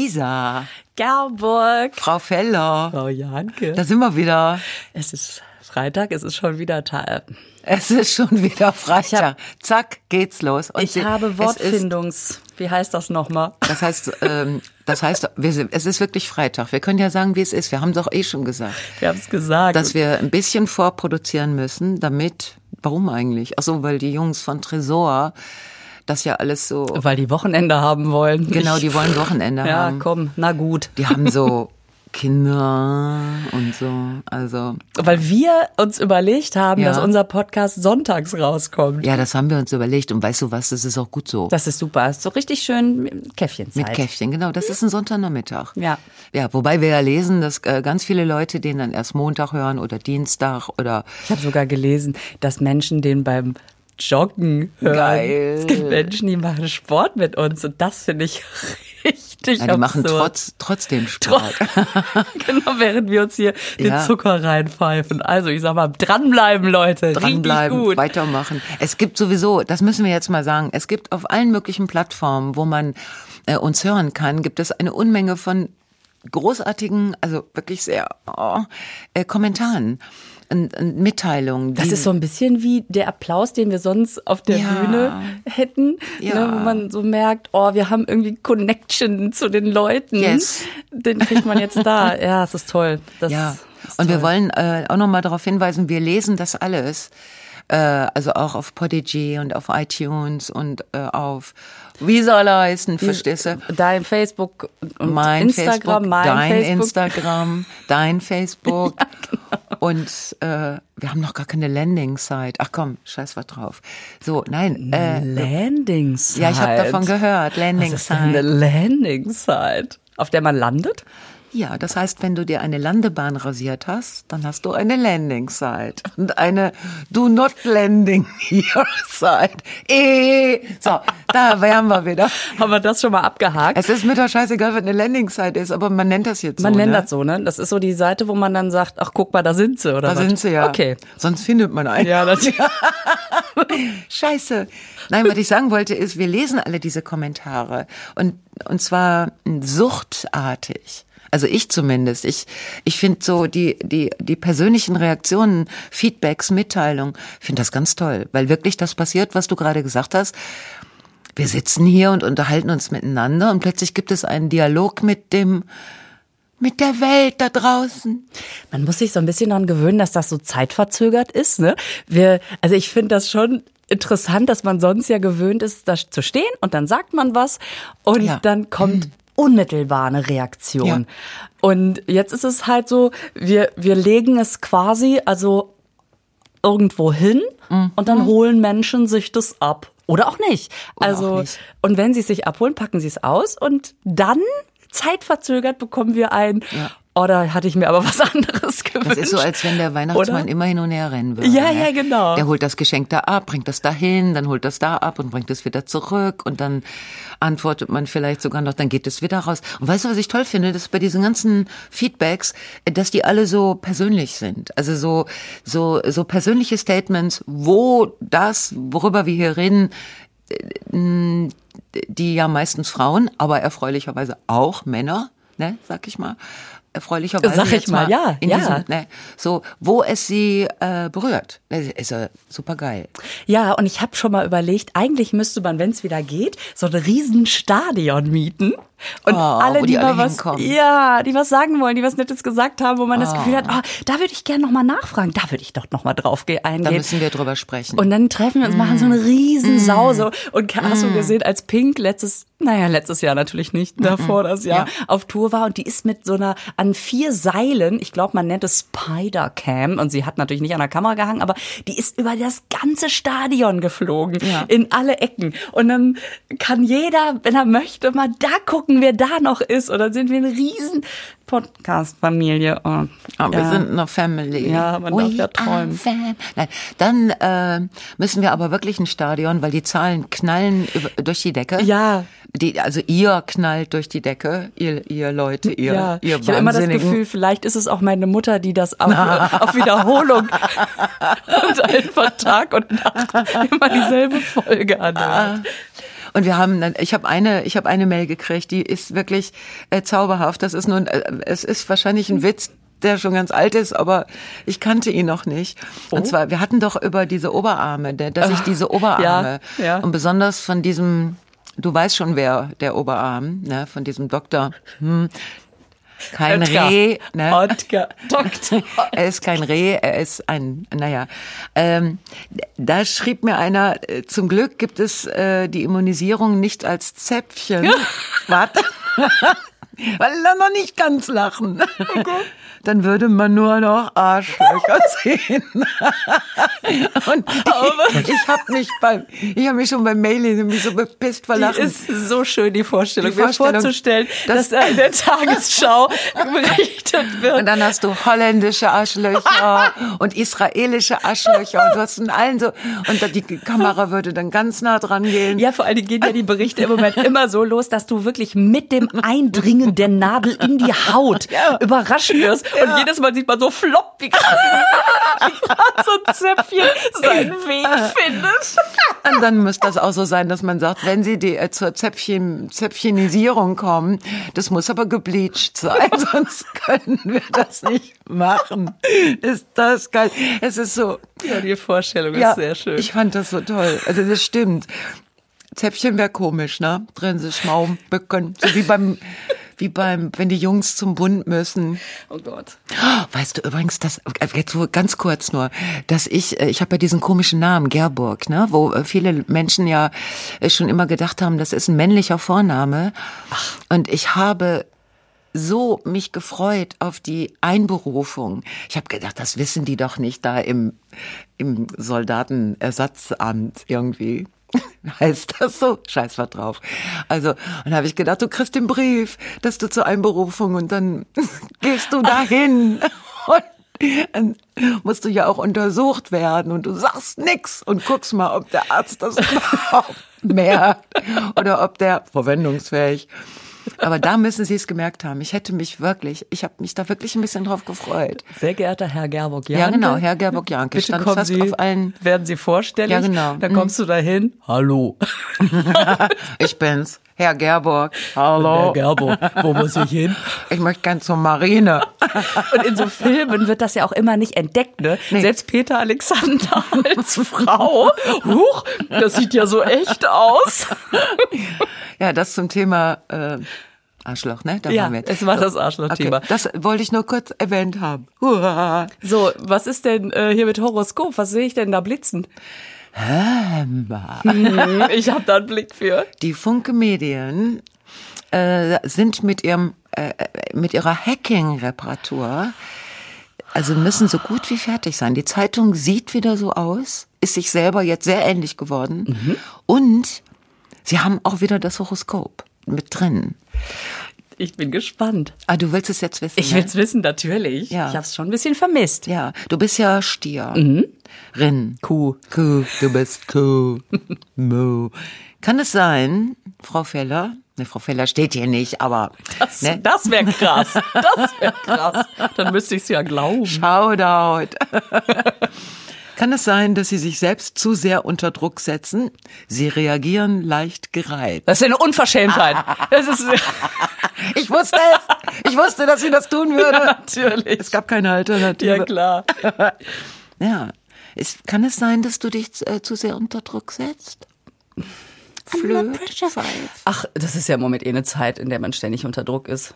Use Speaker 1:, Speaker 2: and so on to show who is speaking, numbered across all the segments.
Speaker 1: Lisa,
Speaker 2: Gerburg.
Speaker 1: Frau Feller,
Speaker 2: Frau Jahnke.
Speaker 1: da sind wir wieder.
Speaker 2: Oh, Es ist Freitag, es ist schon wieder äh, Tag.
Speaker 1: Es ist schon wieder Freitag. Zack, geht's los. Und
Speaker 2: Ich
Speaker 1: die-
Speaker 2: habe
Speaker 1: es
Speaker 2: Wortfindungs. Wie heißt das nochmal?
Speaker 1: Ist, das heißt, ähm, das heißt, wir sind, es ist wirklich Freitag. Wir können ja sagen, wie es ist. Wir haben doch eh schon gesagt,
Speaker 2: Wir haben es gesagt.
Speaker 1: dass wir ein bisschen vorproduzieren müssen, damit. Warum eigentlich? Ach so, weil die Jungs von Tresor das ja alles so.
Speaker 2: weil die Wochenende haben wollen.
Speaker 1: Genau,
Speaker 2: Ich-
Speaker 1: die wollen Wochenende
Speaker 2: Ja,
Speaker 1: haben.
Speaker 2: komm, na gut.
Speaker 1: Die haben so Kinder und so. Also
Speaker 2: Weil wir uns überlegt haben,
Speaker 1: Ja.
Speaker 2: dass unser Podcast sonntags rauskommt.
Speaker 1: ja, das haben wir uns überlegt. Und weißt du was? Das ist auch gut so.
Speaker 2: Das ist super. Ist so richtig schön mit Käffchenzeit.
Speaker 1: Mit Käffchen, genau. Das ist ein Sonntagnachmittag.
Speaker 2: Ja.
Speaker 1: Ja, wobei wir ja lesen, dass äh, ganz viele Leute den dann erst Montag hören oder Dienstag oder
Speaker 2: Ich habe sogar gelesen, dass Menschen den beim Joggen hören.
Speaker 1: Geil.
Speaker 2: Es gibt Menschen, die machen Sport mit uns und das finde ich richtig
Speaker 1: ja, die machen
Speaker 2: absurd.
Speaker 1: trotz, trotzdem Sport.
Speaker 2: Tro- genau, während wir uns hier
Speaker 1: Ja.
Speaker 2: den Zucker reinpfeifen. Also ich sag mal, dranbleiben, Leute.
Speaker 1: Dranbleiben,
Speaker 2: richtig gut.
Speaker 1: weitermachen. Es gibt sowieso, das müssen wir jetzt mal sagen, es gibt auf allen möglichen Plattformen, wo man äh, uns hören kann, gibt es eine Unmenge von großartigen, also wirklich sehr oh, äh, Kommentaren und, und Mitteilungen.
Speaker 2: Das
Speaker 1: die-
Speaker 2: ist so ein bisschen wie der Applaus, den wir sonst auf der
Speaker 1: Ja.
Speaker 2: Bühne hätten,
Speaker 1: Ja.
Speaker 2: ne, wo man so merkt, oh, wir haben irgendwie Connection zu den Leuten.
Speaker 1: Yes.
Speaker 2: Den kriegt man jetzt da. Ja, es ist toll. Das
Speaker 1: Ja,
Speaker 2: ist
Speaker 1: und wir
Speaker 2: toll.
Speaker 1: wollen äh, auch nochmal darauf hinweisen, wir lesen das alles. Äh, also auch auf Podigy und auf iTunes und äh, auf Wie soll er heißen, verstehst du?
Speaker 2: Dein Facebook und
Speaker 1: Mein
Speaker 2: Instagram,
Speaker 1: Facebook,
Speaker 2: mein
Speaker 1: dein
Speaker 2: Facebook.
Speaker 1: Instagram, dein Facebook.
Speaker 2: genau.
Speaker 1: Und äh, wir haben noch gar keine Landing-Site. Ach komm, scheiß was drauf. So, nein. Äh,
Speaker 2: Landings.
Speaker 1: ja, ich habe davon gehört,
Speaker 2: Halt. Was ist denn eine
Speaker 1: Landing-Site.
Speaker 2: Landing-Site? Auf der man landet?
Speaker 1: Ja, das heißt, wenn du dir eine Landebahn rasiert hast, dann hast du eine Landing-Site und eine Do not landing here Site. Eh, so, da wären wir wieder.
Speaker 2: Haben wir das schon mal abgehakt?
Speaker 1: Es ist mir doch scheißegal, was eine Landing-Site ist, aber man nennt das jetzt
Speaker 2: man
Speaker 1: so.
Speaker 2: nennt
Speaker 1: ne?
Speaker 2: das so, ne? Das ist so die Seite, wo man dann sagt, ach guck mal, da sind sie, oder
Speaker 1: Da
Speaker 2: was?
Speaker 1: sind sie ja.
Speaker 2: Okay.
Speaker 1: Sonst findet man einen.
Speaker 2: Ja, das,
Speaker 1: Scheiße. Nein, was ich sagen wollte ist, wir lesen alle diese Kommentare und und zwar suchtartig. Also ich zumindest. Ich ich finde so die die die persönlichen Reaktionen, Feedbacks, Mitteilungen, finde das ganz toll, weil wirklich das passiert, was du gerade gesagt hast. Wir sitzen hier und unterhalten uns miteinander und plötzlich gibt es einen Dialog mit dem mit der Welt da draußen.
Speaker 2: Man muss sich so ein bisschen daran gewöhnen, dass das so zeitverzögert ist. Ne? Wir, also ich finde das schon interessant, dass man sonst ja gewöhnt ist, da zu stehen und dann sagt man was und
Speaker 1: Ja. Mhm.
Speaker 2: dann kommt unmittelbar eine Reaktion.
Speaker 1: Ja.
Speaker 2: Und jetzt ist es halt so, wir, wir legen es quasi also irgendwo hin
Speaker 1: Mhm.
Speaker 2: und dann holen Menschen sich das ab. Oder auch nicht. also,
Speaker 1: auch nicht.
Speaker 2: und wenn sie es sich abholen, packen sie es aus und dann zeitverzögert bekommen wir ein, oh, da hatte ich mir aber was anderes gewünscht.
Speaker 1: Das ist so, als wenn der Weihnachtsmann
Speaker 2: Oder?
Speaker 1: immer hin und her rennen würde.
Speaker 2: Ja,
Speaker 1: ne?
Speaker 2: ja, genau.
Speaker 1: Der holt das Geschenk da ab, bringt das da hin, dann holt das da ab und bringt es wieder zurück und dann antwortet man vielleicht sogar noch, dann geht es wieder raus. Und weißt du, was ich toll finde, dass bei diesen ganzen Feedbacks, dass die alle so persönlich sind. Also so, so, so persönliche Statements, wo das, worüber wir hier reden, die ja meistens Frauen, aber erfreulicherweise auch Männer, ne, sag ich mal. Erfreulicherweise.
Speaker 2: Sag ich
Speaker 1: jetzt
Speaker 2: mal, ja,
Speaker 1: In
Speaker 2: ja.
Speaker 1: Diesem, ne, so, wo es sie äh, berührt. Das ist ja super geil.
Speaker 2: Ja, und ich habe schon mal überlegt, eigentlich müsste man, wenn es wieder geht, so ein Riesenstadion mieten. Und
Speaker 1: Oh,
Speaker 2: alle,
Speaker 1: wo
Speaker 2: die,
Speaker 1: die alle
Speaker 2: mal was,
Speaker 1: hinkommen. Ah.
Speaker 2: ja, die was sagen wollen, die was Nettes gesagt haben, wo man das Gefühl hat, oh, da würde ich gerne nochmal nachfragen, da würde ich doch nochmal drauf ge-
Speaker 1: Da
Speaker 2: eingehen.
Speaker 1: müssen wir drüber sprechen.
Speaker 2: Und dann treffen wir uns, machen so
Speaker 1: Mm.
Speaker 2: eine Riesensause. Und hast du gesehen, als Pink letztes, naja, letztes Jahr natürlich nicht, davor das Jahr, auf Tour war und die ist mit so einer, an vier Seilen, ich glaube, man nennt es Spider-Cam und sie hat natürlich nicht an der Kamera gehangen, aber die ist über das ganze Stadion geflogen,
Speaker 1: Ja.
Speaker 2: in alle Ecken. Und dann kann jeder, wenn er möchte, mal da gucken, wer da noch ist. Und dann sind wir eine riesen Podcast-Familie. Oh,
Speaker 1: Aber Ah, wir
Speaker 2: ja.
Speaker 1: sind eine Family.
Speaker 2: Ja, man darf ja
Speaker 1: are
Speaker 2: träumen.
Speaker 1: fam- Nein, dann äh, müssen wir aber wirklich ein Stadion, weil die Zahlen knallen über, durch die Decke.
Speaker 2: Ja.
Speaker 1: Die, also ihr knallt durch die Decke, ihr, ihr Leute, ihr,
Speaker 2: Ja,
Speaker 1: ihr
Speaker 2: ich habe immer das
Speaker 1: Wahnsinnigen.
Speaker 2: Gefühl, vielleicht ist es auch meine Mutter, die das auf, auf Wiederholung und einfach Tag und Nacht immer dieselbe Folge anhört.
Speaker 1: Und wir haben, dann- ich habe eine, ich habe eine Mail gekriegt, die ist wirklich äh, zauberhaft. Das ist nun, äh, es ist wahrscheinlich ein Witz der schon ganz alt ist, aber ich kannte ihn noch nicht.
Speaker 2: Oh.
Speaker 1: Und zwar, wir hatten doch über diese Oberarme, der- dass ich diese Oberarme
Speaker 2: Ah, ja.
Speaker 1: und besonders von diesem, du weißt schon wer der Oberarm, ne, von diesem Doktor, hm, kein
Speaker 2: Oetker.
Speaker 1: Ah, Reh, ne?
Speaker 2: Oetker. Doktor.
Speaker 1: er ist kein Reh, er ist ein, naja. Ähm, da schrieb mir einer, äh, zum Glück gibt es äh, die Immunisierung nicht als Zäpfchen. Warte. Weil er noch nicht ganz lachen.
Speaker 2: Oh
Speaker 1: Dann würde man nur noch Arschlöcher sehen. Und ich, ich habe mich beim, ich habe mich schon beim Mailing nämlich so bepisst vor
Speaker 2: Die
Speaker 1: Lachen.
Speaker 2: ist so schön, die Vorstellung,
Speaker 1: Die
Speaker 2: mir
Speaker 1: Vorstellung,
Speaker 2: vorzustellen, dass,
Speaker 1: dass-
Speaker 2: er in der Tagesschau berichtet wird.
Speaker 1: Und dann hast du holländische Aschlöcher und israelische Aschlöcher und du hast in allen so und da- die Kamera würde dann ganz nah dran gehen.
Speaker 2: Ja, vor allen Dingen gehen ja die Berichte im Moment immer so los, dass du wirklich mit dem Eindringen der Nadel in die Haut überrascht wirst. Und jedes Mal sieht man so flopp, wie gerade wie gerade so ein Zäpfchen seinen Weg findet.
Speaker 1: Und dann muss das auch so sein, dass man sagt, wenn sie die, äh, zur Zäpfchen, Zäpfchenisierung kommen, das muss aber gebleached sein, sonst können wir das nicht machen. Ist das geil. Es ist so,
Speaker 2: Ja, die Vorstellung ist sehr schön.
Speaker 1: Ich fand das so toll. Also das stimmt. Zäpfchen wäre komisch, ne? Drin sich Schmaum, Bücken. So wie beim, wie beim, wenn die Jungs zum Bund müssen.
Speaker 2: oh Gott.
Speaker 1: Weißt du übrigens, dass, äh, jetzt so ganz kurz nur, dass ich, äh, ich habe ja diesen komischen Namen, Gerburg, ne? Wo äh, viele Menschen ja äh, schon immer gedacht haben, das ist ein männlicher Vorname. Und ich habe so mich gefreut auf die Einberufung. Ich habe gedacht, das wissen die doch nicht da im, im Soldatenersatzamt irgendwie. Heißt das so? Scheiß was drauf. Also, und dann habe ich gedacht, du kriegst den Brief, dass du zur Einberufung und dann gehst du dahin. Und dann musst du ja auch untersucht werden und du sagst nix und guckst mal, ob der Arzt das überhaupt merkt oder ob der verwendungsfähig. Aber da müssen Sie es gemerkt haben. Ich hätte mich wirklich, ich habe mich da wirklich ein bisschen drauf gefreut.
Speaker 2: Sehr geehrter Herr Gerburg Janke.
Speaker 1: Ja, genau, Herr Gerburg-Janke.
Speaker 2: Bitte
Speaker 1: Stand
Speaker 2: kommen
Speaker 1: fast
Speaker 2: Sie,
Speaker 1: auf allen.
Speaker 2: werden Sie vorstellig.
Speaker 1: Ja, genau.
Speaker 2: Dann kommst du dahin. Hallo.
Speaker 1: Ich bin's, Herr Gerburg.
Speaker 2: Herr
Speaker 1: Hallo.
Speaker 2: Gerburg, wo muss ich hin?
Speaker 1: Ich möchte gern zur Marine.
Speaker 2: Und in so Filmen wird das ja auch immer nicht entdeckt, ne?
Speaker 1: Nee.
Speaker 2: Selbst Peter Alexander als Frau. Huch, das sieht ja so echt aus.
Speaker 1: Ja, das zum Thema äh, Arschloch, ne? Da
Speaker 2: Ja,
Speaker 1: waren wir.
Speaker 2: es war das Arschloch-Thema.
Speaker 1: Okay, das wollte ich nur kurz erwähnt haben. Hurra.
Speaker 2: So, was ist denn äh, hier mit Horoskop? Was sehe ich denn da blitzen? Hm, ich habe da einen Blick für.
Speaker 1: Die Funke Medien äh, sind mit ihrem äh, mit ihrer Hacking-Reparatur also müssen so gut wie fertig sein. Die Zeitung sieht wieder so aus, ist sich selber jetzt sehr ähnlich geworden
Speaker 2: Mhm.
Speaker 1: und sie haben auch wieder das Horoskop mit drin.
Speaker 2: Ich bin gespannt.
Speaker 1: Ah, du willst es jetzt wissen?
Speaker 2: Ich
Speaker 1: ne?
Speaker 2: will's wissen, natürlich.
Speaker 1: Ja.
Speaker 2: Ich habe es schon ein bisschen vermisst.
Speaker 1: Ja, du bist ja Stier. Rin.
Speaker 2: Mhm. Kuh.
Speaker 1: Kuh, du bist Kuh. Mu. Kann es sein, Frau Feller? Ne, Frau Feller steht hier nicht, aber
Speaker 2: Das,
Speaker 1: ne?
Speaker 2: das wäre krass. Das wäre krass. Dann müsste ich's ja glauben.
Speaker 1: Shoutout. Kann es sein, dass sie sich selbst zu sehr unter Druck setzen? Sie reagieren leicht gereizt.
Speaker 2: Das ist eine Unverschämtheit. Das ist
Speaker 1: Ich wusste es. Ich wusste, dass sie das tun würde.
Speaker 2: natürlich.
Speaker 1: Es gab keine Alternative.
Speaker 2: Ja klar.
Speaker 1: Ja. Es, kann es sein, dass du dich äh, zu sehr unter Druck setzt? Flöte, Pfeife.
Speaker 2: Ach, das ist ja im Moment eh eine Zeit, in der man ständig unter Druck ist.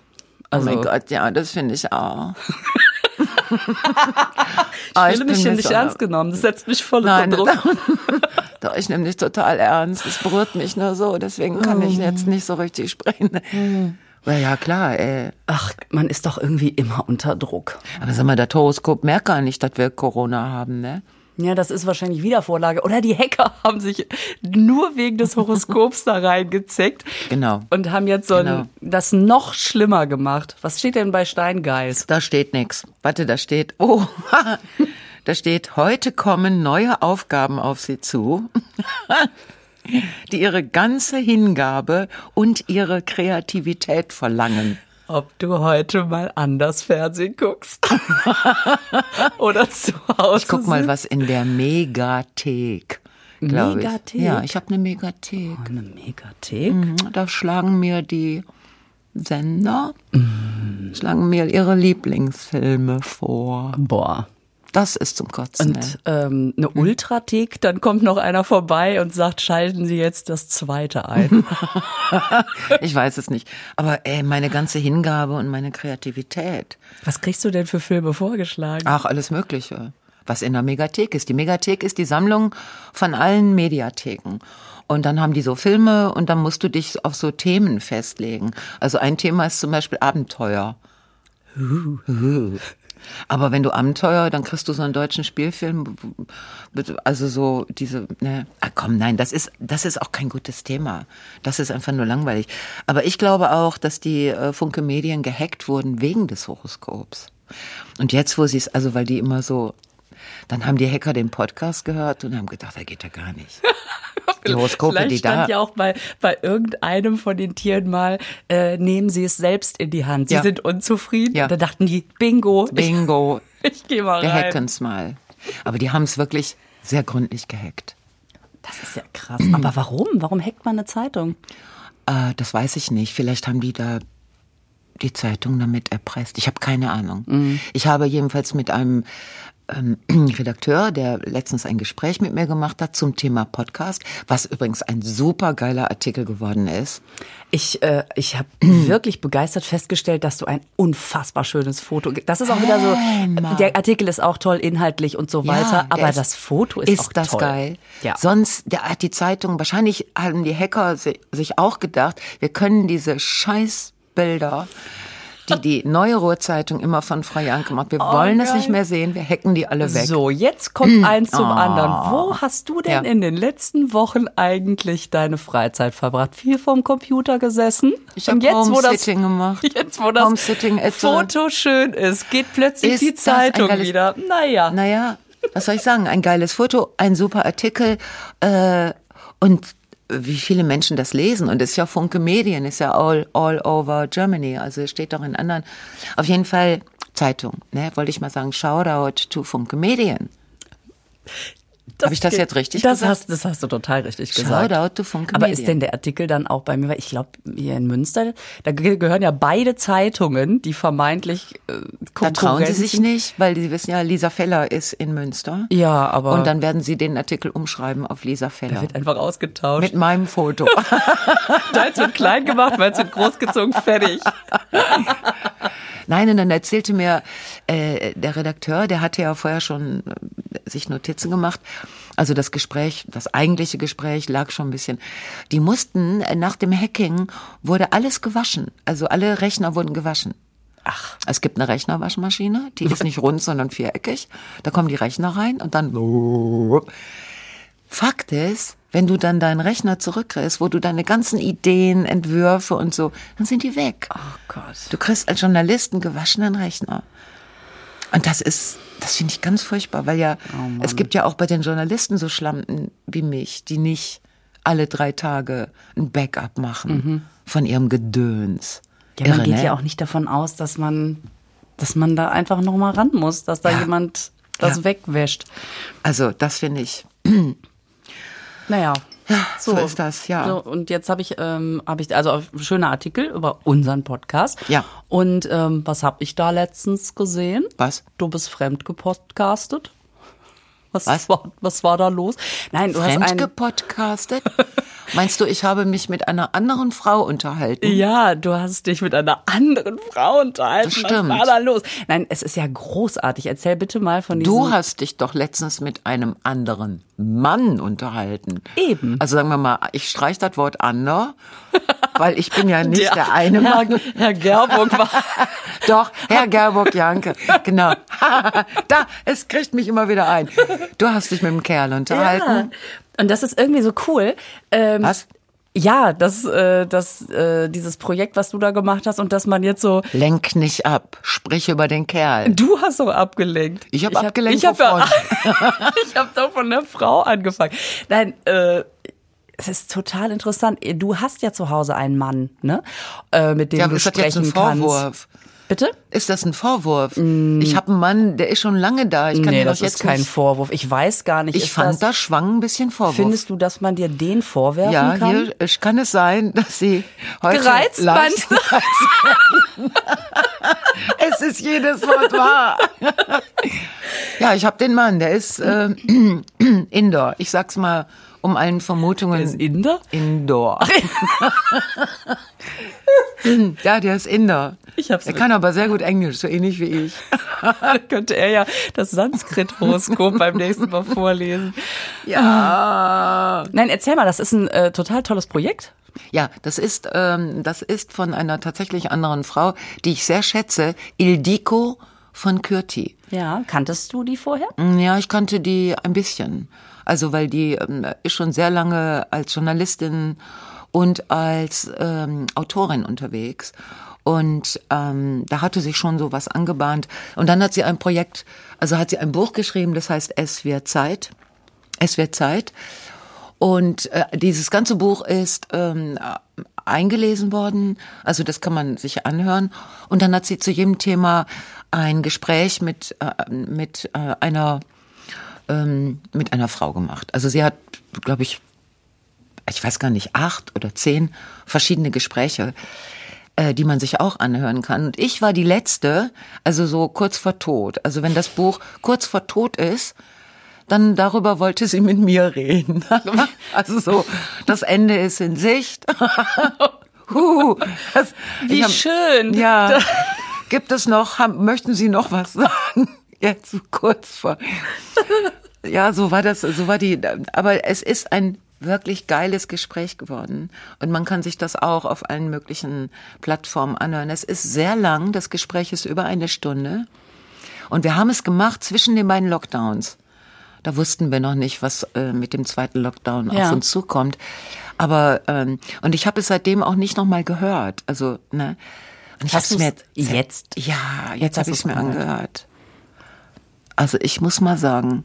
Speaker 2: Also,
Speaker 1: Oh mein Gott, ja, das finde ich auch. Ah,
Speaker 2: ich fühle mich hier nicht ernst genommen. Das setzt mich voll unter
Speaker 1: Nein,
Speaker 2: Druck.
Speaker 1: doch, ich nehme dich total ernst. Es berührt mich nur so, deswegen kann
Speaker 2: Mm.
Speaker 1: ich jetzt nicht so richtig sprechen. Na ja, klar, ey.
Speaker 2: Ach, man ist doch irgendwie immer unter Druck.
Speaker 1: Aber sag mal, das Horoskop merkt gar nicht, dass wir Corona haben, ne?
Speaker 2: Ja, das ist wahrscheinlich Wiedervorlage. Oder die Hacker haben sich nur wegen des Horoskops da reingezeckt.
Speaker 1: Genau.
Speaker 2: Und haben jetzt so ein,
Speaker 1: Genau.
Speaker 2: das noch schlimmer gemacht. Was steht denn bei Steingeist?
Speaker 1: Da steht nix. Warte, da steht, oh, da steht, heute kommen neue Aufgaben auf Sie zu, die Ihre ganze Hingabe und Ihre Kreativität verlangen.
Speaker 2: Ob du heute mal anders Fernsehen guckst. Oder zu Hause.
Speaker 1: Ich guck mal,
Speaker 2: sitzt.
Speaker 1: was in der Megathek glaube ich.
Speaker 2: Megathek?
Speaker 1: Ja, ich habe eine Megathek.
Speaker 2: Oh, Eine Megathek?
Speaker 1: Mhm, Da schlagen mir die Sender,
Speaker 2: Mhm.
Speaker 1: schlagen mir ihre Lieblingsfilme vor.
Speaker 2: Boah.
Speaker 1: Das ist zum Kotzen. ey.
Speaker 2: Und ähm,
Speaker 1: Hm.
Speaker 2: eine Ultrathek, dann kommt noch einer vorbei und sagt, schalten Sie jetzt das zweite ein.
Speaker 1: ich weiß es nicht. Aber ey, meine ganze Hingabe und meine Kreativität.
Speaker 2: Was kriegst du denn für Filme vorgeschlagen?
Speaker 1: Ach, alles Mögliche. Was in der Megathek ist. Die Megathek ist die Sammlung von allen Mediatheken. Und dann haben die so Filme und dann musst du dich auf so Themen festlegen. Also ein Thema ist zum Beispiel Abenteuer. Uh. Aber wenn du Abenteuer, dann kriegst du so einen deutschen Spielfilm. mit- Also so diese, ne, ah komm, nein, das ist, das ist auch kein gutes Thema. Das ist einfach nur langweilig. Aber ich glaube auch, dass die äh, Funke Medien gehackt wurden wegen des Horoskops. Und jetzt, wo sie es, also weil die immer so, dann haben die Hacker den Podcast gehört und haben gedacht, da geht ja gar nicht. Die Horoskope,
Speaker 2: Vielleicht
Speaker 1: die da.
Speaker 2: stand ja auch bei, bei irgendeinem von den Tieren mal, äh, nehmen Sie es selbst in die Hand. Sie
Speaker 1: Ja.
Speaker 2: sind unzufrieden.
Speaker 1: Ja.
Speaker 2: Da dachten die, bingo,
Speaker 1: Bingo.
Speaker 2: ich, ich gehe mal
Speaker 1: Wir
Speaker 2: rein.
Speaker 1: hacken's mal. Aber die haben es wirklich sehr gründlich gehackt.
Speaker 2: Das ist ja krass. Aber warum? Warum hackt man eine Zeitung?
Speaker 1: Äh, das weiß ich nicht. Vielleicht haben die da die Zeitung damit erpresst. Ich habe keine Ahnung.
Speaker 2: Mhm.
Speaker 1: Ich habe jedenfalls mit einem ähm, Redakteur, der letztens ein Gespräch mit mir gemacht hat zum Thema Podcast, was übrigens ein super geiler Artikel geworden ist.
Speaker 2: Ich, äh, ich habe wirklich begeistert festgestellt, dass du ein unfassbar schönes Foto. ge- Das ist auch wieder so.
Speaker 1: Hey, Mann.
Speaker 2: der Artikel ist auch toll inhaltlich und so weiter,
Speaker 1: der
Speaker 2: aber
Speaker 1: ist-
Speaker 2: das Foto ist, auch
Speaker 1: das
Speaker 2: toll.
Speaker 1: geil.
Speaker 2: Ja.
Speaker 1: Sonst der hat die Zeitung wahrscheinlich haben die Hacker si- sich auch gedacht, wir können diese Scheißbilder die die neue Ruhrzeitung immer von Frau Janke macht. Wir
Speaker 2: Oh
Speaker 1: wollen es
Speaker 2: geil.
Speaker 1: nicht mehr sehen, wir hacken die alle weg.
Speaker 2: So, jetzt kommt eins zum anderen. Wo hast du denn
Speaker 1: Ja.
Speaker 2: in den letzten Wochen eigentlich deine Freizeit verbracht? Viel vorm Computer gesessen?
Speaker 1: Ich hab Homesitting gemacht.
Speaker 2: Jetzt, wo das
Speaker 1: Homesitting äh, etwa.
Speaker 2: Foto schön ist, geht plötzlich
Speaker 1: Ist
Speaker 2: die
Speaker 1: das ein
Speaker 2: Zeitung
Speaker 1: geiles-
Speaker 2: wieder. Naja.
Speaker 1: Naja, was soll ich sagen? Ein geiles Foto, ein super Artikel äh, und wie viele Menschen das lesen. Und es ist ja Funke Medien, ist ja all, all over Germany. Also es steht auch in anderen. Auf jeden Fall Zeitung, ne? wollte ich mal sagen. Shoutout to Funke Medien. Hab ich das
Speaker 2: geht-
Speaker 1: jetzt richtig
Speaker 2: das
Speaker 1: gesagt?
Speaker 2: Hast, das hast du total richtig gesagt.
Speaker 1: Shoutout to Funke
Speaker 2: Aber
Speaker 1: Medien.
Speaker 2: ist denn der Artikel dann auch bei mir? Weil ich glaube, hier in Münster, da ge- gehören ja beide Zeitungen, die vermeintlich äh,
Speaker 1: da trauen sie sich
Speaker 2: Konkurrenten-
Speaker 1: nicht, weil sie wissen ja, Lisa Feller ist in Münster.
Speaker 2: Ja, aber
Speaker 1: Und dann werden sie den Artikel umschreiben auf Lisa Feller.
Speaker 2: wird einfach ausgetauscht.
Speaker 1: Mit meinem Foto.
Speaker 2: Deins wird klein gemacht, meins wird großgezogen, fertig.
Speaker 1: Nein, und dann erzählte mir äh, der Redakteur, der hatte ja vorher schon äh, sich Notizen gemacht. Also das Gespräch, das eigentliche Gespräch lag schon ein bisschen. Die mussten, äh, nach dem Hacking wurde alles gewaschen. Also alle Rechner wurden gewaschen.
Speaker 2: Ach.
Speaker 1: Es gibt eine Rechnerwaschmaschine, die ist nicht rund, sondern viereckig. Da kommen die Rechner rein und dann. Fakt ist, wenn du dann deinen Rechner zurückkriegst, wo du deine ganzen Ideen, Entwürfe und so, dann sind die weg.
Speaker 2: Oh Gott.
Speaker 1: Du kriegst als Journalist einen gewaschenen Rechner. Und das ist, das finde ich ganz furchtbar, weil ja,
Speaker 2: Oh
Speaker 1: es gibt ja auch bei den Journalisten so Schlampen wie mich, die nicht alle drei Tage ein Backup machen von ihrem Gedöns.
Speaker 2: Mhm. Ja, man
Speaker 1: Irre,
Speaker 2: geht
Speaker 1: ne?
Speaker 2: ja auch nicht davon aus, dass man, dass man da einfach nochmal ran muss, dass da
Speaker 1: Ja.
Speaker 2: jemand das
Speaker 1: Ja.
Speaker 2: wegwäscht.
Speaker 1: Also, das finde ich.
Speaker 2: Naja.
Speaker 1: so ist das, ja.
Speaker 2: So, und jetzt habe ich, ähm, habe ich, also ein schöner Artikel über unseren Podcast.
Speaker 1: Ja.
Speaker 2: Und ähm, was habe ich da letztens gesehen?
Speaker 1: Was?
Speaker 2: Du bist fremd gepodcastet. Was,
Speaker 1: Was?
Speaker 2: War, was war da los? Nein, du hast einen.
Speaker 1: Fremdgepodcastet? Meinst du, ich habe mich mit einer anderen Frau unterhalten?
Speaker 2: Ja, du hast dich mit einer anderen Frau unterhalten.
Speaker 1: Das stimmt.
Speaker 2: Was war da los? Nein, es ist ja großartig. Erzähl bitte mal von diesem.
Speaker 1: Du hast dich doch letztens mit einem anderen Mann unterhalten.
Speaker 2: Eben.
Speaker 1: Also sagen wir mal, ich streiche das Wort ander, weil ich bin ja nicht der, eine
Speaker 2: Herr,
Speaker 1: Mann.
Speaker 2: Herr Gerburg war.
Speaker 1: Doch, Herr Gerburg-Janke, genau. da, es kriegt mich immer wieder ein. Du hast dich mit dem Kerl unterhalten.
Speaker 2: Ja. Und das ist irgendwie so cool. Ähm,
Speaker 1: Was?
Speaker 2: Ja, das, äh, das, äh, dieses Projekt, was du da gemacht hast und dass man jetzt so.
Speaker 1: Lenk nicht ab, sprich über den Kerl.
Speaker 2: Du hast doch abgelenkt.
Speaker 1: Ich hab abgelenkt,
Speaker 2: Ich habe
Speaker 1: wovon?
Speaker 2: ich hab doch von der Frau angefangen. Nein, äh, es ist total interessant. Du hast ja zu Hause einen Mann, ne? Äh, mit dem
Speaker 1: Ja,
Speaker 2: du
Speaker 1: ist das jetzt
Speaker 2: sprechen
Speaker 1: ein
Speaker 2: kannst.
Speaker 1: Vorwurf?
Speaker 2: Bitte?
Speaker 1: Ist das ein Vorwurf? Ich habe einen Mann, der ist schon lange da. Ich kann
Speaker 2: nee,
Speaker 1: ihn
Speaker 2: das
Speaker 1: doch
Speaker 2: ist
Speaker 1: jetzt
Speaker 2: kein
Speaker 1: nicht.
Speaker 2: Vorwurf. Ich weiß gar nicht.
Speaker 1: Ich
Speaker 2: ist
Speaker 1: fand
Speaker 2: das,
Speaker 1: das, schwang ein bisschen Vorwurf.
Speaker 2: Findest du, dass man dir den vorwerfen
Speaker 1: ja,
Speaker 2: kann?
Speaker 1: hier es kann es sein, dass sie heute
Speaker 2: Gereizt, meinst du?
Speaker 1: es ist jedes Wort wahr. ja, ich habe den Mann, der ist äh, Indoor. Ich sag's mal um allen Vermutungen.
Speaker 2: Ist Inder?
Speaker 1: Indoor. ja, der ist Inder.
Speaker 2: Ich hab's
Speaker 1: Er kann aber sehr gut Englisch, so ähnlich wie ich.
Speaker 2: Dann könnte er ja das Sanskrit-Horoskop beim nächsten Mal vorlesen.
Speaker 1: Ja.
Speaker 2: Nein, erzähl mal, das ist ein äh, total tolles Projekt.
Speaker 1: Ja, das ist, ähm, das ist von einer tatsächlich anderen Frau, die ich sehr schätze, Ildiko von Kürti. Mm,
Speaker 2: Ja, kanntest du die vorher?
Speaker 1: Ja, ich kannte die ein bisschen. Also, weil die ähm, ist schon sehr lange als Journalistin und als ähm, Autorin unterwegs. Und ähm, da hatte sich schon so was angebahnt. Und dann hat sie ein Projekt, also hat sie ein Buch geschrieben, das heißt Es wird Zeit. Es wird Zeit. Und äh, dieses ganze Buch ist ähm, äh, eingelesen worden, also das kann man sich anhören. Und dann hat sie zu jedem Thema ein Gespräch mit, äh, mit äh, einer ähm, mit einer Frau gemacht. Also sie hat, glaube ich, ich weiß gar nicht, acht oder zehn verschiedene Gespräche, äh, die man sich auch anhören kann. Und ich war die letzte, also so kurz vor Tod. Also wenn das Buch kurz vor Tod ist, dann darüber wollte sie mit mir reden. also so, das Ende ist in Sicht. Huh, das,
Speaker 2: Wie
Speaker 1: ich hab-
Speaker 2: schön.
Speaker 1: Ja. Gibt es noch, haben, möchten Sie noch was sagen? Jetzt so kurz vor. Ja, so war das, so war die. Aber es ist ein wirklich geiles Gespräch geworden. Und man kann sich das auch auf allen möglichen Plattformen anhören. Es ist sehr lang, das Gespräch ist über eine Stunde. Und wir haben es gemacht zwischen den beiden Lockdowns. Da wussten wir noch nicht, was äh, mit dem zweiten Lockdown
Speaker 2: Ja.
Speaker 1: auf uns zukommt. Aber ähm, und ich habe es seitdem auch nicht noch mal gehört. Also ne. Und ich
Speaker 2: Hast
Speaker 1: hab's mir
Speaker 2: du's jetzt?
Speaker 1: Ja, jetzt, hab
Speaker 2: hast
Speaker 1: habe ich
Speaker 2: du's
Speaker 1: es mir
Speaker 2: gehört.
Speaker 1: angehört. Also ich muss mal sagen,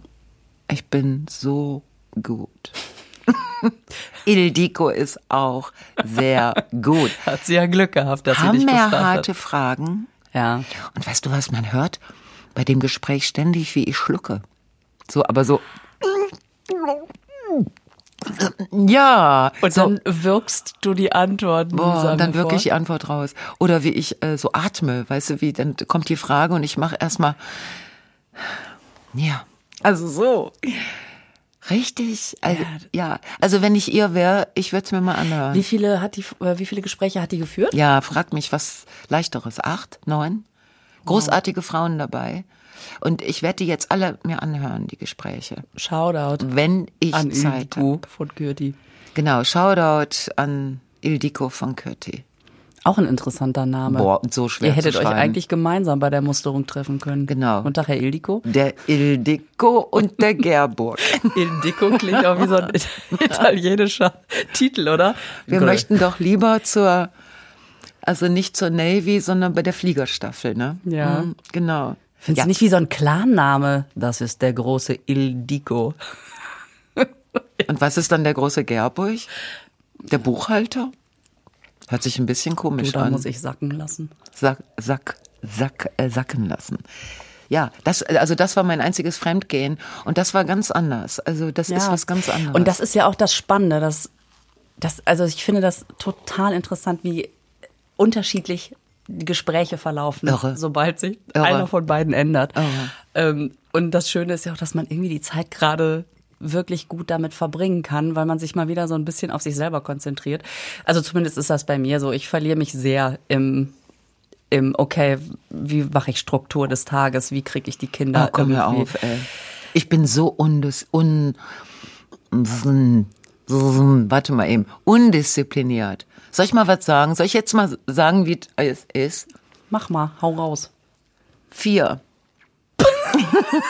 Speaker 1: ich bin so gut. Ildiko ist auch sehr gut.
Speaker 2: Hat sie ja Glück gehabt, dass sie dich gefragt hat.
Speaker 1: Hammerharte Fragen.
Speaker 2: Ja.
Speaker 1: Und weißt du, was man hört? Bei dem Gespräch ständig, wie ich schlucke. So, aber so. Ja.
Speaker 2: Und
Speaker 1: so,
Speaker 2: dann wirkst du die Antworten.
Speaker 1: boah,
Speaker 2: sagen
Speaker 1: Oh, und dann
Speaker 2: wir vor.
Speaker 1: wirklich die Antwort raus. Oder wie ich äh, so atme, weißt du, wie dann kommt die Frage und ich mache erstmal. Ja. Also so. Richtig. Also, ja. Also wenn ich ihr wäre, ich würde es mir mal anhören.
Speaker 2: Wie viele hat die, äh, wie viele Gespräche hat die geführt?
Speaker 1: Ja, frag mich was leichteres. Acht, neun. Großartige Frauen dabei. Und ich werde die jetzt alle mir anhören, die Gespräche.
Speaker 2: Shoutout
Speaker 1: Wenn ich
Speaker 2: an
Speaker 1: Zeit habe.
Speaker 2: Ilgu von Kürti.
Speaker 1: Genau, Shoutout an Ildiko von Kürti.
Speaker 2: Auch ein interessanter Name.
Speaker 1: Boah, so schwer
Speaker 2: Ihr hättet
Speaker 1: zu
Speaker 2: euch
Speaker 1: schreiben.
Speaker 2: eigentlich gemeinsam bei der Musterung treffen können.
Speaker 1: Genau.
Speaker 2: Und Herr Ildiko?
Speaker 1: Der Ildiko und der Gerburg.
Speaker 2: Ildiko klingt auch wie so ein italienischer Titel, oder?
Speaker 1: Wir möchten doch lieber zur, also nicht zur Navy, sondern bei der Fliegerstaffel, ne?
Speaker 2: Ja.
Speaker 1: Mhm, Genau.
Speaker 2: Findest
Speaker 1: Ja.
Speaker 2: du nicht wie so ein Clanname? Das ist der große Ildiko.
Speaker 1: Und was ist dann der große Gerburg? Der Buchhalter? Hört sich ein bisschen komisch
Speaker 2: Da
Speaker 1: an.
Speaker 2: muss ich sacken lassen.
Speaker 1: Sack, Sack, Sack, äh, sacken lassen. Ja, das, also das war mein einziges Fremdgehen und das war ganz anders. Also das ist was ganz anderes.
Speaker 2: Und das ist ja auch das Spannende, dass, dass also ich finde das total interessant, wie unterschiedlich die Gespräche verlaufen,
Speaker 1: Irre.
Speaker 2: sobald sich
Speaker 1: Irre.
Speaker 2: einer von beiden ändert.
Speaker 1: Irre.
Speaker 2: Ähm, und das Schöne ist ja auch, dass man irgendwie die Zeit gerade wirklich gut damit verbringen kann, weil man sich mal wieder so ein bisschen auf sich selber konzentriert. Also zumindest ist das bei mir so. Ich verliere mich sehr im im okay, wie mache ich Struktur des Tages, wie kriege ich die Kinder
Speaker 1: oh, komm hör
Speaker 2: irgendwie-
Speaker 1: auf, ey. Ich bin so undis, un, un, un, warte mal eben, undiszipliniert. Soll ich mal was sagen? Soll ich jetzt mal sagen, wie es ist?
Speaker 2: Mach mal, hau raus.
Speaker 1: Vier.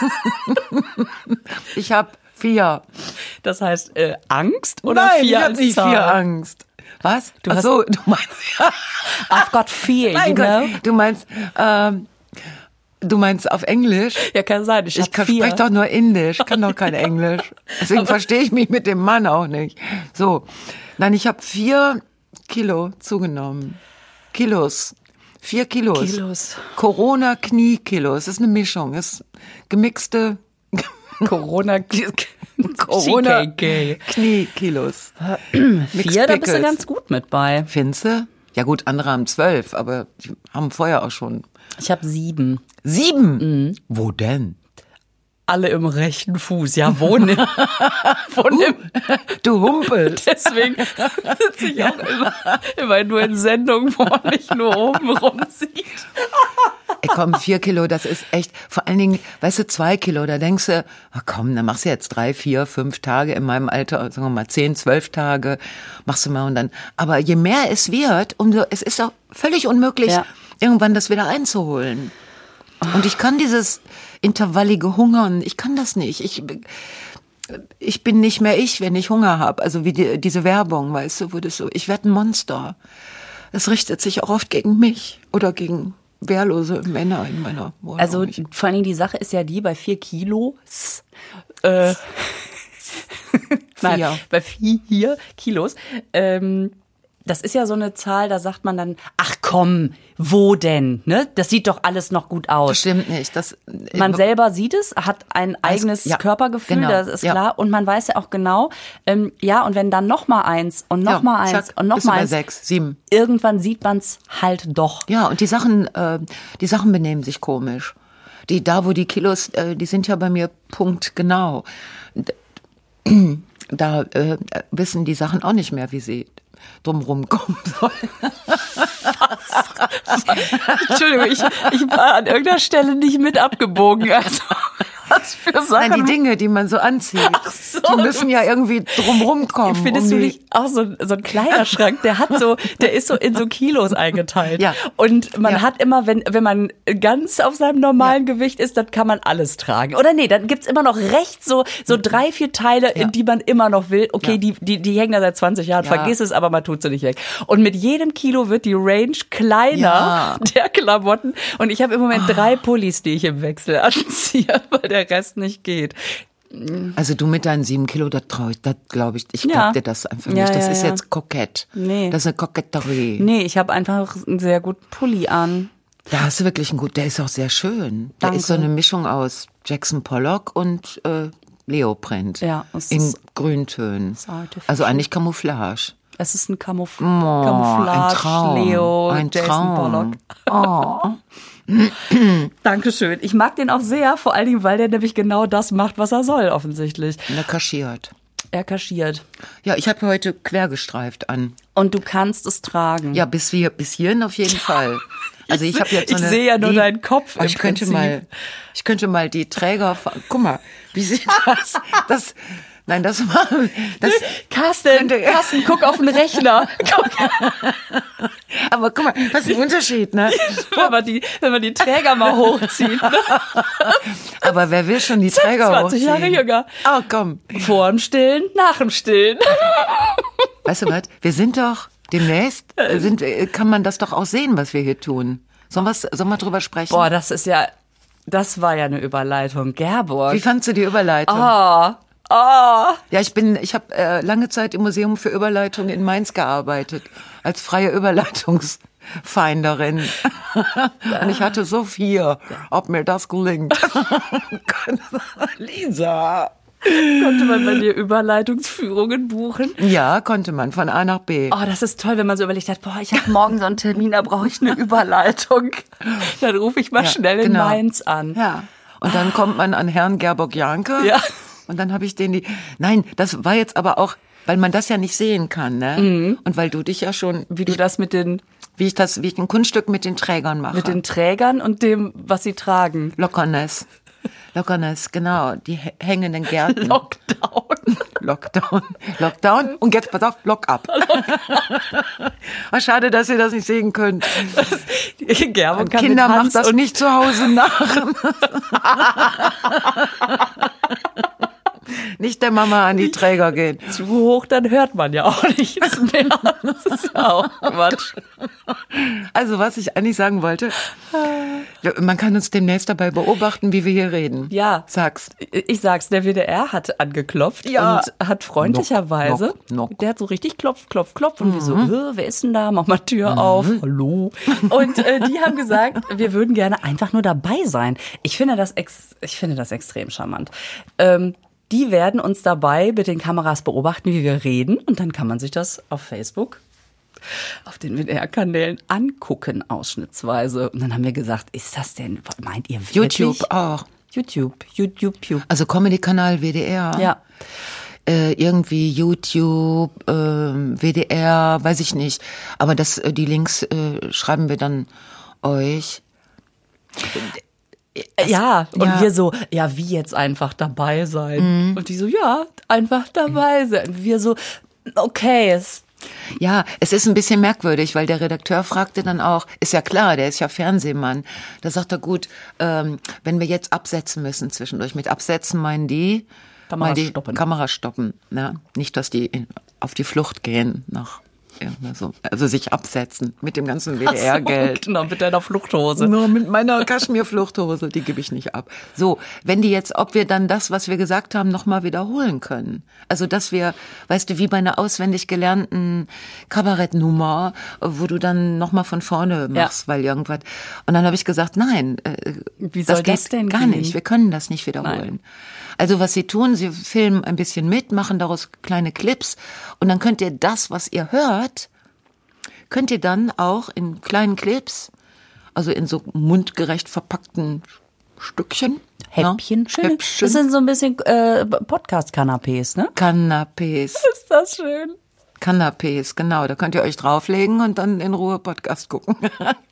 Speaker 1: ich habe vier.
Speaker 2: Das heißt äh, Angst oder
Speaker 1: Nein,
Speaker 2: vier
Speaker 1: ich hab
Speaker 2: als
Speaker 1: nicht
Speaker 2: Zahl?
Speaker 1: vier Angst. Was? Du Ach so, du meinst
Speaker 2: I've got fear,
Speaker 1: Mein
Speaker 2: you know?
Speaker 1: Gott, du meinst, ähm, du meinst auf Englisch?
Speaker 2: Ja, kann sein. Ich,
Speaker 1: Ich
Speaker 2: hab
Speaker 1: kann,
Speaker 2: vier.
Speaker 1: spreche doch nur Indisch, kann doch kein Englisch. Deswegen verstehe ich mich mit dem Mann auch nicht. So, nein, ich habe vier Kilo zugenommen. Kilos. Vier Kilos.
Speaker 2: Kilos.
Speaker 1: Corona Kniekilos. Das ist eine Mischung. Das ist gemixte
Speaker 2: Corona.
Speaker 1: Corona
Speaker 2: CKK.
Speaker 1: Kniekilos. Mixed
Speaker 2: Vier, da bist du
Speaker 1: Pickles.
Speaker 2: ganz gut mit bei.
Speaker 1: Finze? Ja gut, andere haben zwölf, aber die haben vorher auch schon
Speaker 2: Ich habe sieben. Mhm.
Speaker 1: sieben. Wo denn?
Speaker 2: Alle im rechten Fuß. Ja, wo nimm? wo nimm?
Speaker 1: Du Humpel.
Speaker 2: Deswegen sitze ich auch immer, immer nur in Sendungen, wo man mich nur oben rum sieht.
Speaker 1: Ey, komm, vier Kilo, das ist echt, vor allen Dingen, weißt du, zwei Kilo, da denkst du, ah, komm, dann machst du jetzt drei, vier, fünf Tage in meinem Alter, sagen wir mal zehn, zwölf Tage, machst du mal und dann, aber je mehr es wird, umso, es ist doch völlig unmöglich,
Speaker 2: Ja.
Speaker 1: irgendwann das wieder einzuholen. Und ich kann dieses intervallige Hungern, ich kann das nicht. Ich, ich bin nicht mehr ich, wenn ich Hunger habe. Also wie die, diese Werbung, weißt du, wurde so, ich werde ein Monster. Es richtet sich auch oft gegen mich oder gegen wehrlose Männer in meiner Wohnung.
Speaker 2: Also
Speaker 1: ich,
Speaker 2: vor allen Dingen die Sache ist ja die, bei vier Kilos, äh, nein,
Speaker 1: Vier.
Speaker 2: bei vier Kilos, ähm, das ist ja so eine Zahl, da sagt man dann, ach komm, wo denn? Ne? Das sieht doch alles noch gut
Speaker 1: das
Speaker 2: aus.
Speaker 1: stimmt nicht. Das, äh,
Speaker 2: Man selber sieht es, hat ein eigenes
Speaker 1: ja,
Speaker 2: Körpergefühl,
Speaker 1: genau,
Speaker 2: das ist
Speaker 1: ja.
Speaker 2: klar. Und man weiß ja auch genau, ähm, ja, und wenn dann noch mal eins und noch
Speaker 1: Ja,
Speaker 2: mal eins
Speaker 1: zack,
Speaker 2: und noch
Speaker 1: bist du
Speaker 2: mal
Speaker 1: bei
Speaker 2: eins,
Speaker 1: sechs, sieben.
Speaker 2: irgendwann sieht man es halt doch.
Speaker 1: Ja, und die Sachen, äh, die Sachen benehmen sich komisch. Die da, wo die Kilos, äh, die sind ja bei mir punktgenau. D- Da äh, wissen die Sachen auch nicht mehr, wie sie drumrum kommen sollen.
Speaker 2: Entschuldigung, ich, ich war an irgendeiner Stelle nicht mit abgebogen. Also, was für Sachen.
Speaker 1: Nein, die Dinge, die man so anzieht,
Speaker 2: Ach so,
Speaker 1: die müssen ja irgendwie drumrum kommen.
Speaker 2: Findest
Speaker 1: um
Speaker 2: du
Speaker 1: die-
Speaker 2: nicht auch so, so ein Kleiderschrank, der hat so, der ist so in so Kilos eingeteilt.
Speaker 1: Ja.
Speaker 2: Und man
Speaker 1: Ja.
Speaker 2: hat immer, wenn, wenn man ganz auf seinem normalen Gewicht ist, dann kann man alles tragen. Oder nee, dann gibt's immer noch rechts so, so drei, vier Teile, in die man immer noch will. Okay,
Speaker 1: Mhm. Ja.
Speaker 2: die, die, die hängen da seit 20 Jahren,
Speaker 1: Ja.
Speaker 2: vergiss es, aber man tut sie nicht weg. Und mit jedem Kilo wird die Range kleiner
Speaker 1: Ja. Ah.
Speaker 2: der Klamotten. Und ich habe im Moment drei Pullis, die ich im Wechsel anziehe, weil der Rest nicht geht.
Speaker 1: Also du mit deinen sieben Kilo, das traue ich, das glaube ich, ich
Speaker 2: Ja.
Speaker 1: glaube dir das einfach
Speaker 2: Ja,
Speaker 1: nicht. Das
Speaker 2: ja,
Speaker 1: ist
Speaker 2: ja.
Speaker 1: jetzt kokett.
Speaker 2: Nee.
Speaker 1: Das ist eine Koketterie.
Speaker 2: Nee, ich habe einfach einen sehr guten Pulli an.
Speaker 1: Da hast du wirklich einen gut, der ist auch sehr schön. Da
Speaker 2: Danke.
Speaker 1: ist so eine Mischung aus Jackson Pollock und äh, Leoprint.
Speaker 2: Ja, es
Speaker 1: in
Speaker 2: ist-
Speaker 1: Grüntönen.
Speaker 2: artificial.
Speaker 1: Also eigentlich Camouflage.
Speaker 2: Es ist ein Camouf
Speaker 1: Oh, ein
Speaker 2: Camouflage,
Speaker 1: Traum.
Speaker 2: Leo,
Speaker 1: ein
Speaker 2: Jason
Speaker 1: Traum.
Speaker 2: Pollock. Dankeschön. Ich mag den auch sehr, vor allen Dingen, weil der nämlich genau das macht, was er soll, offensichtlich.
Speaker 1: Na, kaschiert.
Speaker 2: Er kaschiert.
Speaker 1: Ja, ich habe heute quergestreift an.
Speaker 2: Und du kannst es tragen.
Speaker 1: Ja, bis hier, bis hierhin auf jeden Fall. Also ich habe jetzt so
Speaker 2: Ich
Speaker 1: eine
Speaker 2: sehe ja nur
Speaker 1: die-
Speaker 2: deinen Kopf
Speaker 1: Aber
Speaker 2: im
Speaker 1: ich könnte
Speaker 2: Prinzip.
Speaker 1: mal, ich könnte mal die Träger. fa- Guck mal, wie sieht das? Das, nein, das war, das.
Speaker 2: Carsten,
Speaker 1: Könnte-
Speaker 2: Carsten, guck auf den Rechner. Guck,
Speaker 1: Aber guck mal, das ist ein Unterschied, ne?
Speaker 2: wenn, man die, wenn man die Träger mal hochzieht.
Speaker 1: Aber wer will schon die Träger
Speaker 2: 20 Jahre
Speaker 1: hochziehen?
Speaker 2: jünger.
Speaker 1: Oh, komm.
Speaker 2: Vor dem Stillen, nach dem Stillen.
Speaker 1: Weißt du was? Wir sind doch demnächst, sind, äh, kann man das doch auch sehen, was wir hier tun. Sollen wir, sollen wir drüber sprechen?
Speaker 2: Boah, das ist ja, das war ja eine Überleitung. Gerburg.
Speaker 1: Wie fandst du die Überleitung?
Speaker 2: Ah, ah.
Speaker 1: Ja, ich bin, ich habe äh, lange Zeit im Museum für Überleitung in Mainz gearbeitet als freie Überleitungsfeinderin. Und ich hatte so viel, ob mir das gelingt. Lisa.
Speaker 2: Konnte man bei dir Überleitungsführungen buchen?
Speaker 1: Ja, konnte man von A nach B.
Speaker 2: Oh, das ist toll, wenn man so überlegt hat, boah, ich habe morgen so einen Termin, da brauche ich eine Überleitung. Dann rufe ich mal
Speaker 1: Ja,
Speaker 2: schnell in
Speaker 1: genau.
Speaker 2: Mainz an.
Speaker 1: Ja. Und dann kommt man an Herrn Gerbock Janke.
Speaker 2: Ja.
Speaker 1: Und dann habe ich den die. Nein, das war jetzt aber auch, weil man das ja nicht sehen kann, ne?
Speaker 2: Mhm.
Speaker 1: Und weil du dich ja schon,
Speaker 2: Wie du das mit den,
Speaker 1: wie ich das, wie ich ein Kunststück mit den Trägern mache.
Speaker 2: mit den Trägern und dem, was sie tragen.
Speaker 1: Lockerness. Lockerness, genau. Die hä- hängenden Gärten.
Speaker 2: Lockdown.
Speaker 1: Lockdown. Lockdown. Und jetzt pass auf, Lock up. Ah, Schade, dass ihr das nicht sehen könnt.
Speaker 2: Gerben kann
Speaker 1: Kinder
Speaker 2: mit
Speaker 1: macht
Speaker 2: Hans
Speaker 1: das
Speaker 2: und
Speaker 1: nicht zu Hause nach. nicht der Mama an die Träger gehen.
Speaker 2: Zu hoch, dann hört man ja auch nichts mehr. Das ist ja auch Quatsch.
Speaker 1: Also was ich eigentlich sagen wollte, man kann uns demnächst dabei beobachten, wie wir hier reden.
Speaker 2: Ja.
Speaker 1: Sagst.
Speaker 2: Ich sag's, der WDR hat angeklopft
Speaker 1: Ja.
Speaker 2: und hat freundlicherweise,
Speaker 1: Knock, knock, Mhm. knock.
Speaker 2: der hat so richtig klopf, klopf, klopf und wir so, "Hä, wer ist denn da? Mach mal Tür
Speaker 1: Mhm.
Speaker 2: auf. Hallo. Und äh, die haben gesagt, wir würden gerne einfach nur dabei sein. Ich finde das, ex ich finde das extrem charmant. Ähm, die werden uns dabei mit den Kameras beobachten, wie wir reden und dann kann man sich das auf Facebook auf den WDR-Kanälen angucken, ausschnittsweise. Und dann haben wir gesagt, ist das denn, meint ihr wirklich?
Speaker 1: YouTube auch.
Speaker 2: YouTube, YouTube, YouTube.
Speaker 1: Also Comedy-Kanal WDR.
Speaker 2: Ja.
Speaker 1: Äh, irgendwie YouTube, ähm, WDR, weiß ich nicht. Aber das, äh, die Links äh, schreiben wir dann euch.
Speaker 2: ja, Mhm. und
Speaker 1: ja.
Speaker 2: wir so, ja, wie jetzt einfach dabei sein? Und die so, ja, einfach dabei sein. Und wir so, okay, es,
Speaker 1: Ja, es ist ein bisschen merkwürdig, weil der Redakteur fragte dann auch, ist ja klar, der ist ja Fernsehmann. Da sagt er, gut, ähm, wenn wir jetzt absetzen müssen zwischendurch. Mit absetzen meinen die
Speaker 2: Kamera
Speaker 1: meinen die
Speaker 2: stoppen.
Speaker 1: Kamera stoppen. Ne? Nicht, dass die in, auf die Flucht gehen nach irgendwie so. Also sich absetzen mit dem ganzen WDR-Geld.
Speaker 2: Genau, mit deiner Fluchthose. Ne?
Speaker 1: Nur mit meiner Kaschmir-Fluchthose, die gebe ich nicht ab. So, wenn die jetzt, ob wir dann das, was wir gesagt haben, nochmal wiederholen können. Also, dass wir, weißt du, wie bei einer auswendig gelernten Kabarettnummer, wo du dann nochmal von vorne machst, weil irgendwas. Und dann habe ich gesagt, nein, äh,
Speaker 2: Wie
Speaker 1: das
Speaker 2: soll
Speaker 1: geht
Speaker 2: das denn
Speaker 1: gar
Speaker 2: gehen?
Speaker 1: nicht. Wir können das nicht wiederholen. Also, was sie tun, sie filmen ein bisschen mit, machen daraus kleine Clips und dann könnt ihr das, was ihr hört, könnt ihr dann auch in kleinen Clips, also in so mundgerecht verpackten Stückchen,
Speaker 2: Häppchen,
Speaker 1: ne?
Speaker 2: schön. Das
Speaker 1: Häppchen
Speaker 2: sind so ein bisschen äh, Podcast-Kanapés, ne?
Speaker 1: Canapés,
Speaker 2: Ist das schön?
Speaker 1: Canapés, genau, da könnt ihr euch drauflegen und dann in Ruhe Podcast gucken.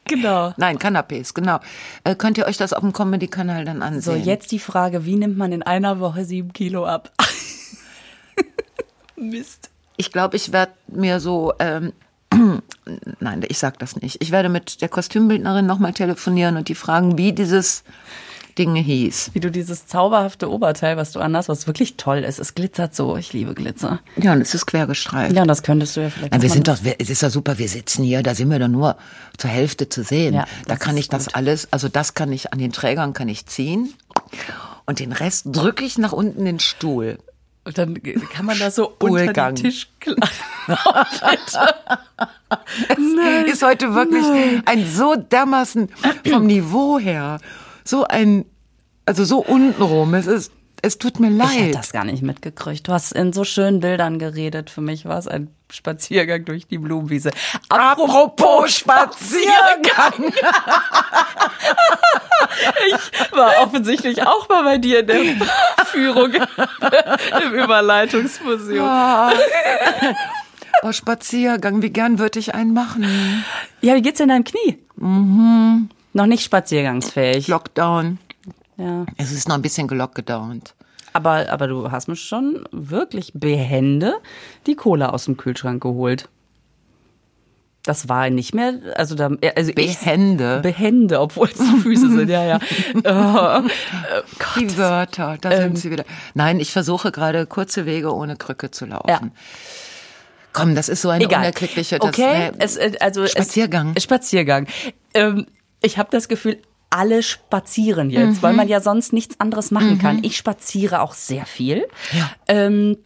Speaker 2: Genau.
Speaker 1: Nein, Canapés, genau. Äh, könnt ihr euch das auf dem Comedy-Kanal dann
Speaker 2: So,
Speaker 1: ansehen?
Speaker 2: jetzt die Frage, wie nimmt man in einer Woche sieben Kilo ab? Mist.
Speaker 1: Ich glaube, ich werde mir so, ähm, nein, ich sag das nicht. Ich werde mit der Kostümbildnerin nochmal telefonieren und die fragen, wie dieses Ding hieß.
Speaker 2: Wie du dieses zauberhafte Oberteil, was du anhast, was wirklich toll ist. Es glitzert so. Ich liebe Glitzer.
Speaker 1: Ja, und es ist quer gestreift.
Speaker 2: Ja, und das könntest du ja vielleicht.
Speaker 1: Nein, wir
Speaker 2: mal-
Speaker 1: sind doch, wir, es ist doch super, wir sitzen hier, da sind wir doch nur zur Hälfte zu sehen.
Speaker 2: Ja,
Speaker 1: da
Speaker 2: das
Speaker 1: kann
Speaker 2: ist
Speaker 1: ich das alles, also das kann ich an den Trägern kann ich ziehen und den Rest drücke ich nach unten in den Stuhl.
Speaker 2: Und dann kann man das so unter
Speaker 1: Stuhlgang.
Speaker 2: den Tisch klappen. Oh, bitte. Nein.
Speaker 1: Ist heute wirklich ein so dermaßen vom Niveau her, so ein, also so untenrum, es ist, es tut mir
Speaker 2: Ich hätte
Speaker 1: leid.
Speaker 2: das gar nicht mitgekriegt. Du hast in so schönen Bildern geredet. Für mich war es ein Spaziergang durch die Blumenwiese.
Speaker 1: Apropos Spaziergang.
Speaker 2: Ich war offensichtlich auch mal bei dir in der Führung im Überleitungsmuseum.
Speaker 1: Oh, Spaziergang, wie gern würde ich einen machen?
Speaker 2: Ja, wie geht's denn deinem Knie? Mhm. Noch nicht spaziergangsfähig.
Speaker 1: Lockdown.
Speaker 2: Ja.
Speaker 1: Es ist noch ein bisschen gelockdownt.
Speaker 2: Aber, aber du hast mir schon wirklich behende die Cola aus dem Kühlschrank geholt. Das war nicht mehr, also da, also
Speaker 1: Behände.
Speaker 2: Ich, behände, obwohl es die Füße sind, ja, ja. Äh, äh, Gott. Ähm.
Speaker 1: Die Wörter, da sind sie wieder. Nein, ich versuche gerade kurze Wege ohne Krücke zu laufen.
Speaker 2: Ja.
Speaker 1: Komm, das ist so eine
Speaker 2: Egal.
Speaker 1: unerquickliche. Das,
Speaker 2: okay,
Speaker 1: nee,
Speaker 2: es, äh, also es-
Speaker 1: Spaziergang.
Speaker 2: Spaziergang. Ähm, ich habe das Gefühl, alle spazieren jetzt,
Speaker 1: Mhm.
Speaker 2: weil man ja sonst nichts anderes machen kann. Ich spaziere auch sehr viel.
Speaker 1: Ja.
Speaker 2: Ähm,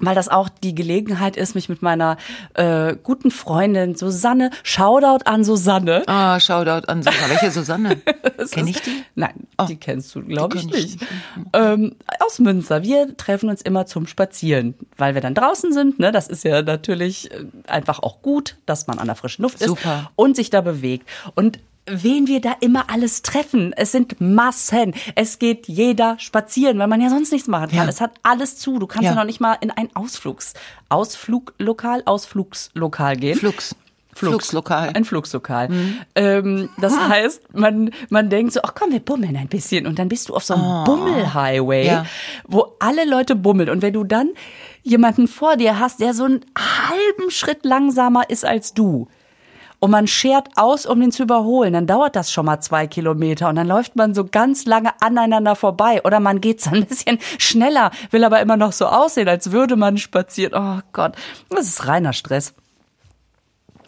Speaker 2: weil das auch die Gelegenheit ist, mich mit meiner äh, guten Freundin Susanne, Shoutout an Susanne.
Speaker 1: Ah, Shoutout an Susanne. Welche Susanne?
Speaker 2: Das
Speaker 1: Kenn
Speaker 2: ist-
Speaker 1: ich die? Oh,
Speaker 2: Nein, die kennst du, glaube ich
Speaker 1: kenn ich
Speaker 2: nicht. Ähm, aus Münster. Wir treffen uns immer zum Spazieren, weil wir dann draußen sind. Ne? Das ist ja natürlich äh, einfach auch gut, dass man an der frischen Luft ist
Speaker 1: Super.
Speaker 2: und sich da bewegt. Und wen wir da immer alles treffen. Es sind Massen. Es geht jeder spazieren, weil man ja sonst nichts machen kann.
Speaker 1: Ja.
Speaker 2: Es hat alles zu. Du kannst ja,
Speaker 1: Ja.
Speaker 2: noch nicht mal in ein Ausflugs, Ausfluglokal, Ausflugslokal gehen.
Speaker 1: Flux. Fluxlokal.
Speaker 2: Ein Fluxlokal. Ähm, das heißt, man, man denkt so, ach komm, wir bummeln ein bisschen. Und dann bist du auf so einem Bummel-Highway,
Speaker 1: Ja.
Speaker 2: wo alle Leute bummeln. Und wenn du dann jemanden vor dir hast, der so einen halben Schritt langsamer ist als du. und man schert aus, um den zu überholen, dann dauert das schon mal zwei Kilometer und dann läuft man so ganz lange aneinander vorbei oder man geht so ein bisschen schneller, will aber immer noch so aussehen, als würde man spazieren. Oh Gott, das ist reiner Stress.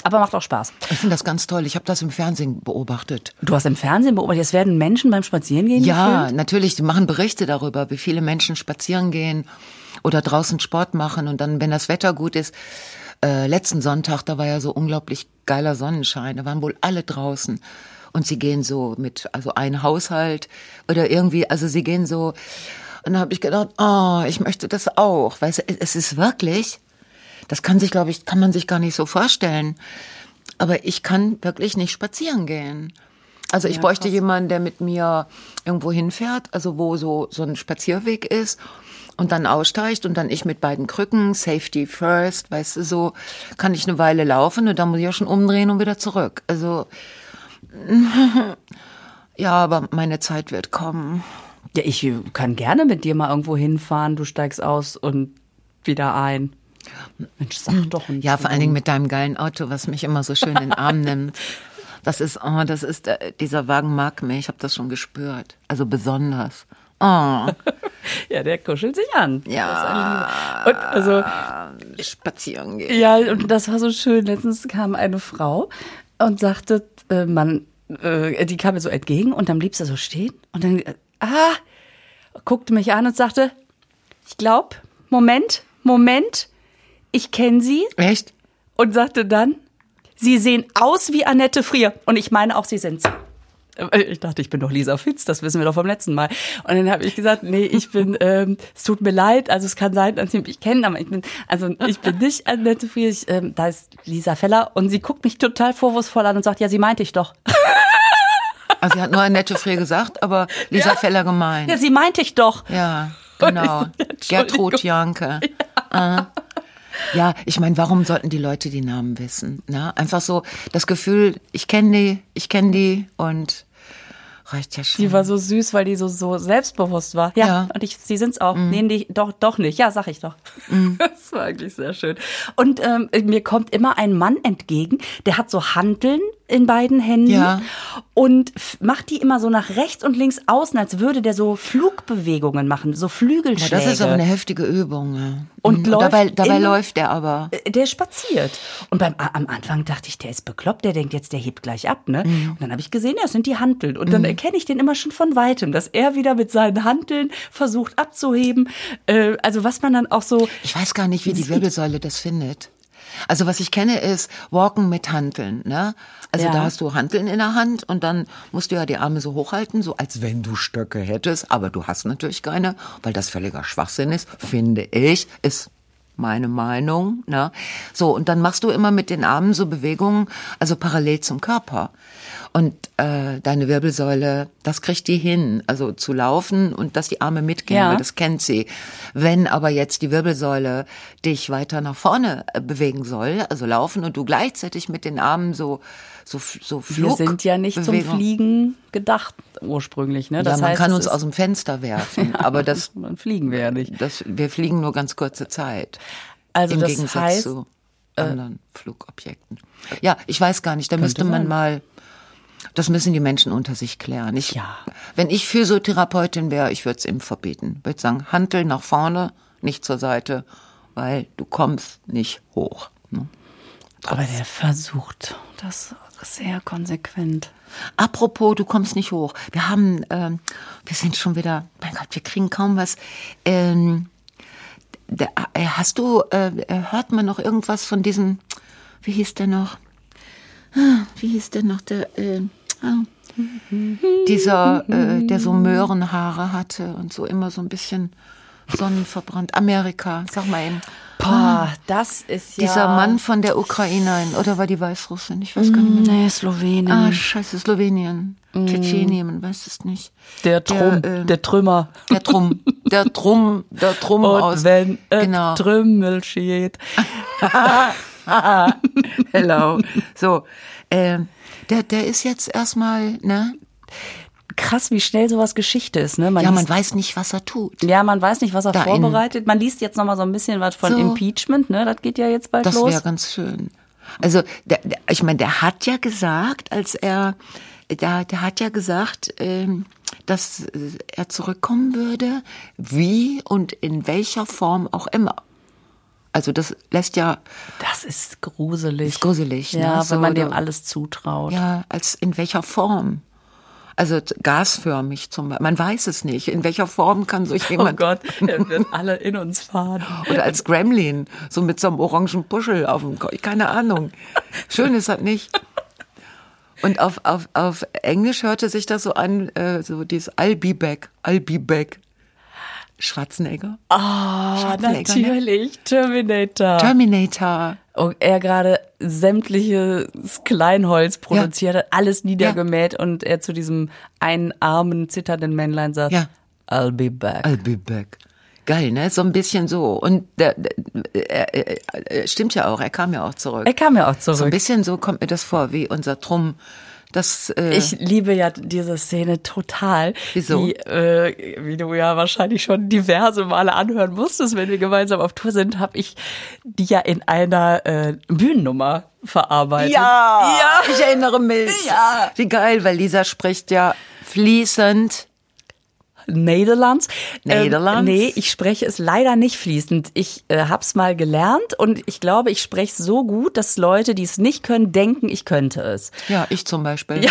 Speaker 2: Aber macht auch Spaß.
Speaker 1: Ich finde das ganz toll. Ich habe das im Fernsehen beobachtet.
Speaker 2: Du hast im Fernsehen beobachtet, es werden Menschen beim Spazierengehen
Speaker 1: Ja,
Speaker 2: gefilmt?
Speaker 1: natürlich, die machen Berichte darüber, wie viele Menschen spazieren gehen oder draußen Sport machen und dann, wenn das Wetter gut ist, äh, letzten Sonntag, da war ja so unglaublich geiler Sonnenschein, da waren wohl alle draußen. Und sie gehen so mit, also ein Haushalt oder irgendwie, also sie gehen so, und da habe ich gedacht, oh, ich möchte das auch. Weißt du, es ist wirklich, das kann sich, glaube ich, kann man sich gar nicht so vorstellen. Aber ich kann wirklich nicht spazieren gehen. Also ich bräuchte jemanden, der mit mir irgendwo hinfährt, also wo so, so ein Spazierweg ist und dann aussteigt und dann ich mit beiden Krücken, Safety first, weißt du, so kann ich eine Weile laufen und dann muss ich ja schon umdrehen und wieder zurück. Also, ja, aber meine Zeit wird kommen.
Speaker 2: Ja, ich kann gerne mit dir mal irgendwo hinfahren. Du steigst aus und wieder ein. Mensch, sag doch ein
Speaker 1: Hm. Ja, vor allen Dingen mit deinem geilen Auto, was mich immer so schön in den Arm nimmt. Das ist, oh, das ist, äh, dieser Wagen mag mich, ich habe das schon gespürt. Also besonders. Oh,
Speaker 2: Ja, der kuschelt sich an.
Speaker 1: Ja.
Speaker 2: Das ist eine Liebe. Und also,
Speaker 1: spazieren gehen.
Speaker 2: Ja, und das war so schön. Letztens kam eine Frau und sagte, äh, man, äh, die kam mir so entgegen und dann blieb sie so stehen und dann, äh, ah, guckte mich an und sagte, ich glaube, Moment, Moment, ich kenne sie
Speaker 1: Echt?
Speaker 2: und sagte dann, sie sehen aus wie Annette Frier und ich meine auch, sie sind's. Äh, Ich dachte, ich bin doch Lisa Fitz, das wissen wir doch vom letzten Mal. Und dann habe ich gesagt, nee, ich bin, ähm, es tut mir leid, also es kann sein, dass sie mich kennen, aber ich bin, also ich bin nicht Annette Frier, ich, ähm, da ist Lisa Feller und sie guckt mich total vorwurfsvoll an und sagt, ja, sie meinte ich doch.
Speaker 1: Also sie hat nur Annette Frier gesagt, aber Lisa Feller gemeint.
Speaker 2: Ja, sie meinte ich doch.
Speaker 1: Ja, genau.
Speaker 2: Entschuldigung.
Speaker 1: Gertrud Janke. Ja, ja ich meine, warum sollten die Leute die Namen wissen? Na, einfach so das Gefühl, ich kenne die, ich kenne die und reicht ja schon.
Speaker 2: Die war so süß, weil die so, so selbstbewusst war. Ja,
Speaker 1: Ja. Mhm.
Speaker 2: und ich, sie sind's auch. Nee, nee, doch, doch nicht. Ja, sag ich doch. Das war eigentlich sehr schön. Und ähm, mir kommt immer ein Mann entgegen, der hat so Hanteln in beiden Händen
Speaker 1: Ja.
Speaker 2: und f- macht die immer so nach rechts und links außen, als würde der so Flugbewegungen machen, so
Speaker 1: Ja,
Speaker 2: Flügelschläge.
Speaker 1: das ist aber eine heftige Übung. Ja.
Speaker 2: Und
Speaker 1: Mhm.
Speaker 2: läuft
Speaker 1: dabei, dabei
Speaker 2: immer-
Speaker 1: läuft er aber.
Speaker 2: Äh, der spaziert. Und beim, am Anfang dachte ich, der ist bekloppt, der denkt jetzt, der hebt gleich ab, ne? Und dann habe ich gesehen, ja, es sind die Hanteln. Und dann erkenne ich den immer schon von Weitem, dass er wieder mit seinen Hanteln versucht abzuheben. Äh, also was man dann auch so,
Speaker 1: Ich weiß gar nicht, wie die Wirbelsäule das findet. Also was ich kenne ist Walken mit Hanteln, ne? Also
Speaker 2: Ja.
Speaker 1: da hast du Hanteln in der Hand und dann musst du ja die Arme so hochhalten, so als wenn du Stöcke hättest, aber du hast natürlich keine, weil das völliger Schwachsinn ist, finde ich, ist meine Meinung, ne? So und dann machst du immer mit den Armen so Bewegungen, also parallel zum Körper. Und äh, deine Wirbelsäule, das kriegt die hin, also zu laufen und dass die Arme mitgehen,
Speaker 2: Ja.
Speaker 1: weil das das kennt sie. Wenn aber jetzt die Wirbelsäule dich weiter nach vorne äh, bewegen soll, also laufen und du gleichzeitig mit den Armen so so so
Speaker 2: wir
Speaker 1: Flug
Speaker 2: sind ja nicht
Speaker 1: Bewegung-
Speaker 2: zum Fliegen gedacht ursprünglich, ne? Das
Speaker 1: ja, man
Speaker 2: heißt,
Speaker 1: kann
Speaker 2: es
Speaker 1: uns
Speaker 2: ist-
Speaker 1: aus dem Fenster werfen, aber das,
Speaker 2: dann fliegen wir ja nicht.
Speaker 1: das, wir fliegen nur ganz kurze Zeit.
Speaker 2: Also
Speaker 1: Im
Speaker 2: das
Speaker 1: Gegensatz
Speaker 2: heißt, äh,
Speaker 1: zu anderen Flugobjekten. Ja, ich weiß gar nicht, da müsste man
Speaker 2: sein.
Speaker 1: mal, das müssen die Menschen unter sich klären. Ich,
Speaker 2: Ja.
Speaker 1: Wenn ich Physiotherapeutin wäre, ich würde es ihm verbieten. Ich würde sagen, Hantel nach vorne, nicht zur Seite, weil du kommst nicht hoch. Ne?
Speaker 2: Aber der versucht das sehr konsequent.
Speaker 1: Apropos, du kommst nicht hoch. Wir haben, ähm, wir sind schon wieder, mein Gott, wir kriegen kaum was. Ähm, da, äh, hast du, äh, hört man noch irgendwas von diesem, wie hieß der noch? Ah, Wie hieß der noch, der, äh, ah, dieser, äh, der so Möhrenhaare hatte und so immer so ein bisschen sonnenverbrannt. Amerika, sag mal eben.
Speaker 2: Boah, das ist ja...
Speaker 1: Dieser Mann von der Ukrainerin, oder war die Weißrussin? Ich weiß gar nicht mehr.
Speaker 2: Mm, Nee, Slowenien.
Speaker 1: Ah, scheiße, Slowenien, Tschetschenien, man weiß es nicht.
Speaker 2: Mhm. der Trum,
Speaker 1: äh,
Speaker 2: der Trümmer.
Speaker 1: der Trum, der Trum, der Trum
Speaker 2: Und
Speaker 1: aus.
Speaker 2: wenn es
Speaker 1: genau.
Speaker 2: Trümmel steht.
Speaker 1: Hello. So, ähm, der, der ist jetzt erstmal, ne?
Speaker 2: Krass, wie schnell sowas Geschichte ist, ne? Man
Speaker 1: Ja, man
Speaker 2: liest,
Speaker 1: weiß nicht, was er tut.
Speaker 2: ja, man weiß nicht, was er
Speaker 1: Da in-
Speaker 2: vorbereitet. Man liest jetzt noch mal so ein bisschen was von
Speaker 1: So.
Speaker 2: Impeachment, ne? Das geht ja jetzt bald
Speaker 1: Das
Speaker 2: los.
Speaker 1: wäre ganz schön. Also, der, der, ich meine, der hat ja gesagt, als er, der, der hat ja gesagt, ähm, dass äh, er zurückkommen würde, wie und in welcher Form auch immer. Also das lässt ja
Speaker 2: Das ist gruselig.
Speaker 1: Ist gruselig, ne?
Speaker 2: Ja,
Speaker 1: So,
Speaker 2: wenn man dem
Speaker 1: du-
Speaker 2: alles zutraut.
Speaker 1: Ja, als in welcher Form? Also t- gasförmig zum Beispiel. Man weiß es nicht. In welcher Form kann so
Speaker 2: Oh
Speaker 1: jemand.
Speaker 2: Gott, er wird alle in uns fahren.
Speaker 1: Oder als Gremlin, so mit so einem orangen Puschel auf dem Kopf. Keine Ahnung. Schön ist das nicht. Und auf, auf, auf Englisch hörte sich das so an, äh, so dieses I'll be back, I'll be back. Schwarzenegger?
Speaker 2: Ah,
Speaker 1: Schwarzenegger, ne?
Speaker 2: natürlich, Terminator.
Speaker 1: Terminator.
Speaker 2: Und er gerade sämtliches Kleinholz produziert hat, alles niedergemäht und er zu diesem einen armen, zitternden Männlein sagt,
Speaker 1: Ja. Also,
Speaker 2: I'll be back.
Speaker 1: I'll be back. Geil, ne? So ein bisschen so. Und der, der, er- er- er- stimmt ja auch, er kam ja auch zurück.
Speaker 2: er kam ja auch
Speaker 1: So ein
Speaker 2: zurück.
Speaker 1: bisschen so kommt mir das vor, wie unser Trumm. Das, äh,
Speaker 2: ich liebe ja diese Szene total.
Speaker 1: Wieso?
Speaker 2: Die, äh, wie du ja wahrscheinlich schon diverse Male anhören musstest, wenn wir gemeinsam auf Tour sind, habe ich die ja in einer äh, Bühnennummer verarbeitet.
Speaker 1: ja, ich erinnere mich.
Speaker 2: Ja.
Speaker 1: Wie geil, weil Lisa spricht ja fließend.
Speaker 2: Nederlands.
Speaker 1: Nederlands?
Speaker 2: Ähm, nee, ich spreche es leider nicht fließend. Ich äh, hab's mal gelernt und ich glaube, ich spreche es so gut, dass Leute, die es nicht können, denken, ich könnte es.
Speaker 1: Ja, ich zum Beispiel.
Speaker 2: Ja,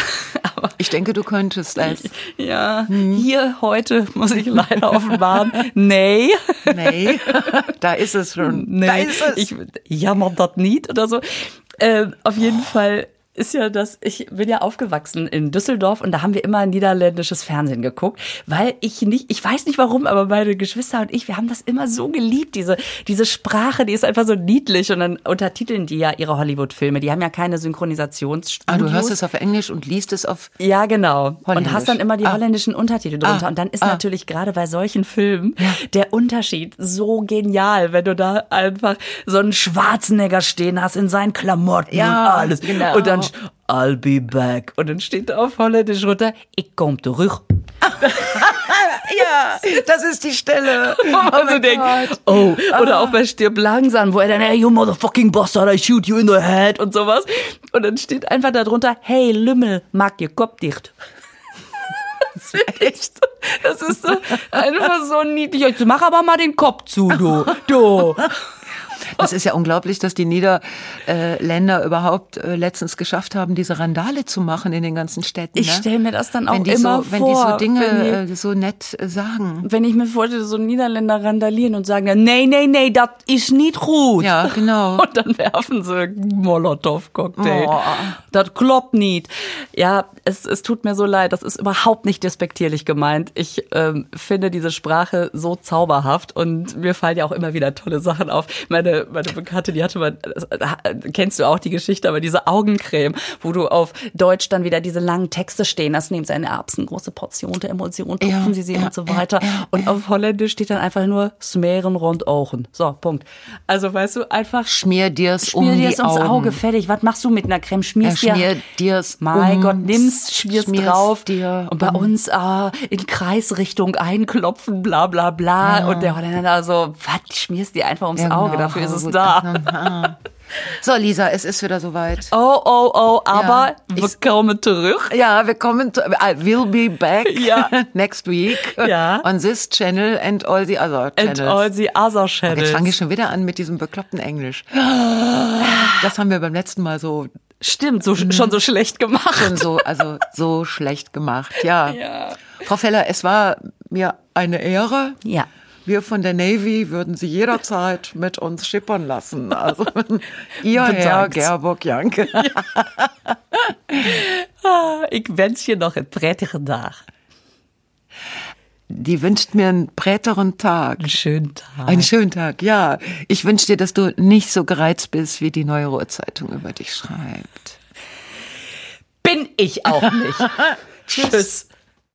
Speaker 2: aber
Speaker 1: Ich denke, du könntest es.
Speaker 2: ja, hier heute muss ich leider offenbaren, nee,
Speaker 1: Nee, da ist es schon.
Speaker 2: nee,
Speaker 1: Da ist es.
Speaker 2: ich jammer das nicht oder so. Ähm, auf jeden
Speaker 1: Oh.
Speaker 2: Fall ist ja das, ich bin ja aufgewachsen in Düsseldorf und da haben wir immer niederländisches Fernsehen geguckt, weil ich nicht, ich weiß nicht warum, aber meine Geschwister und ich, wir haben das immer so geliebt, diese, diese Sprache, die ist einfach so niedlich und dann untertiteln die ja ihre Hollywood-Filme, die haben ja keine Synchronisationsstudios.
Speaker 1: ah, du hörst es auf Englisch und liest es auf.
Speaker 2: Ja, genau. Und
Speaker 1: Holländisch.
Speaker 2: hast dann immer die
Speaker 1: Ah.
Speaker 2: holländischen Untertitel drunter.
Speaker 1: Ah.
Speaker 2: Und dann ist
Speaker 1: Ah.
Speaker 2: natürlich gerade bei solchen Filmen der Unterschied so genial, wenn du da einfach so einen Schwarzenegger stehen hast in seinen Klamotten
Speaker 1: Ja,
Speaker 2: und alles.
Speaker 1: genau.
Speaker 2: Und dann st- I'll be back. Und dann steht da auf Holländisch runter, ich komm zurück.
Speaker 1: Ja, das ist die Stelle. Oh
Speaker 2: Wo man so denkt, Also oh, oder auch bei Stirb langsam, wo er dann, hey, you motherfucking bastard, I shoot you in the head und sowas. Und dann steht einfach da drunter, hey, Lümmel, mag ihr Kopf dicht. Das find ich so- Das ist so einfach so niedlich. Ich so, mach aber mal den Kopf zu, du. Du.
Speaker 1: Das ist ja unglaublich, dass die Niederländer überhaupt äh, letztens geschafft haben, diese Randale zu machen in den ganzen Städten.
Speaker 2: Ich
Speaker 1: ne?
Speaker 2: stell mir das dann auch
Speaker 1: wenn die
Speaker 2: immer
Speaker 1: so,
Speaker 2: vor.
Speaker 1: Wenn die so Dinge
Speaker 2: wenn die-
Speaker 1: äh, so nett äh, sagen.
Speaker 2: Wenn ich mir vorstelle, so Niederländer randalieren und sagen, dann, nee, nee, nee, das ist nicht gut.
Speaker 1: Ja, genau.
Speaker 2: Und dann werfen sie Molotow-Cocktail.
Speaker 1: Oh.
Speaker 2: Das kloppt nicht. Ja, es, es tut mir so leid. Das ist überhaupt nicht despektierlich gemeint. Ich ähm, finde diese Sprache so zauberhaft und mir fallen ja auch immer wieder tolle Sachen auf. Meine, meine Bekannte, die hatte mal, äh, kennst du auch die Geschichte, aber diese Augencreme, wo du auf Deutsch dann wieder diese langen Texte stehen hast, nehmen sie eine Erbsen, große Portion der Emotion, tupfen
Speaker 1: Ja,
Speaker 2: sie sie
Speaker 1: ja,
Speaker 2: und so
Speaker 1: ja,
Speaker 2: weiter.
Speaker 1: ja.
Speaker 2: Und auf Holländisch steht dann einfach nur smeren rond Augen. So, Punkt. Also weißt du, einfach
Speaker 1: Schmier dir's
Speaker 2: schmier
Speaker 1: um
Speaker 2: dir
Speaker 1: die
Speaker 2: es ums
Speaker 1: Augen.
Speaker 2: Auge, fertig. Was machst du mit einer Creme? Schmierst
Speaker 1: Ja, schmier
Speaker 2: dir.
Speaker 1: dir's
Speaker 2: Mein
Speaker 1: ums-
Speaker 2: Gott, nimm's, schmier's,
Speaker 1: schmier's
Speaker 2: drauf.
Speaker 1: dir
Speaker 2: und bei
Speaker 1: um.
Speaker 2: uns ah, in Kreisrichtung einklopfen, bla bla bla. Und der Holländer so, was, schmierst dir einfach ums
Speaker 1: Ja,
Speaker 2: Auge,
Speaker 1: genau.
Speaker 2: dafür ist es
Speaker 1: Gut,
Speaker 2: da.
Speaker 1: aha. So, Lisa, es ist wieder soweit.
Speaker 2: Oh, oh, oh, aber
Speaker 1: Ja,
Speaker 2: wir kommen zurück.
Speaker 1: Ja, wir kommen zu, I will be back
Speaker 2: Ja.
Speaker 1: next week
Speaker 2: Ja.
Speaker 1: on this channel and all the other
Speaker 2: And
Speaker 1: channels.
Speaker 2: all the other
Speaker 1: Jetzt
Speaker 2: channels.
Speaker 1: fange ich schon wieder an mit diesem bekloppten Englisch. Das haben wir beim letzten Mal so
Speaker 2: Stimmt, so, schon so schlecht gemacht.
Speaker 1: Mhm. schon so, also so schlecht gemacht. Ja.
Speaker 2: Ja.
Speaker 1: Frau Feller, es war mir eine Ehre.
Speaker 2: Ja.
Speaker 1: Wir von der Navy würden Sie jederzeit mit uns schippern lassen. Also Ihr Herr
Speaker 2: Bedankt.
Speaker 1: Gerburg Janke.
Speaker 2: Ah, Ich wünsche dir noch einen prächtigen Tag.
Speaker 1: Die wünscht mir einen präteren Tag.
Speaker 2: Einen schönen Tag.
Speaker 1: Einen schönen Tag, ja. Ich wünsche dir, dass du nicht so gereizt bist, wie die Neue Ruhr Zeitung über dich schreibt.
Speaker 2: Bin ich auch nicht. Tschüss.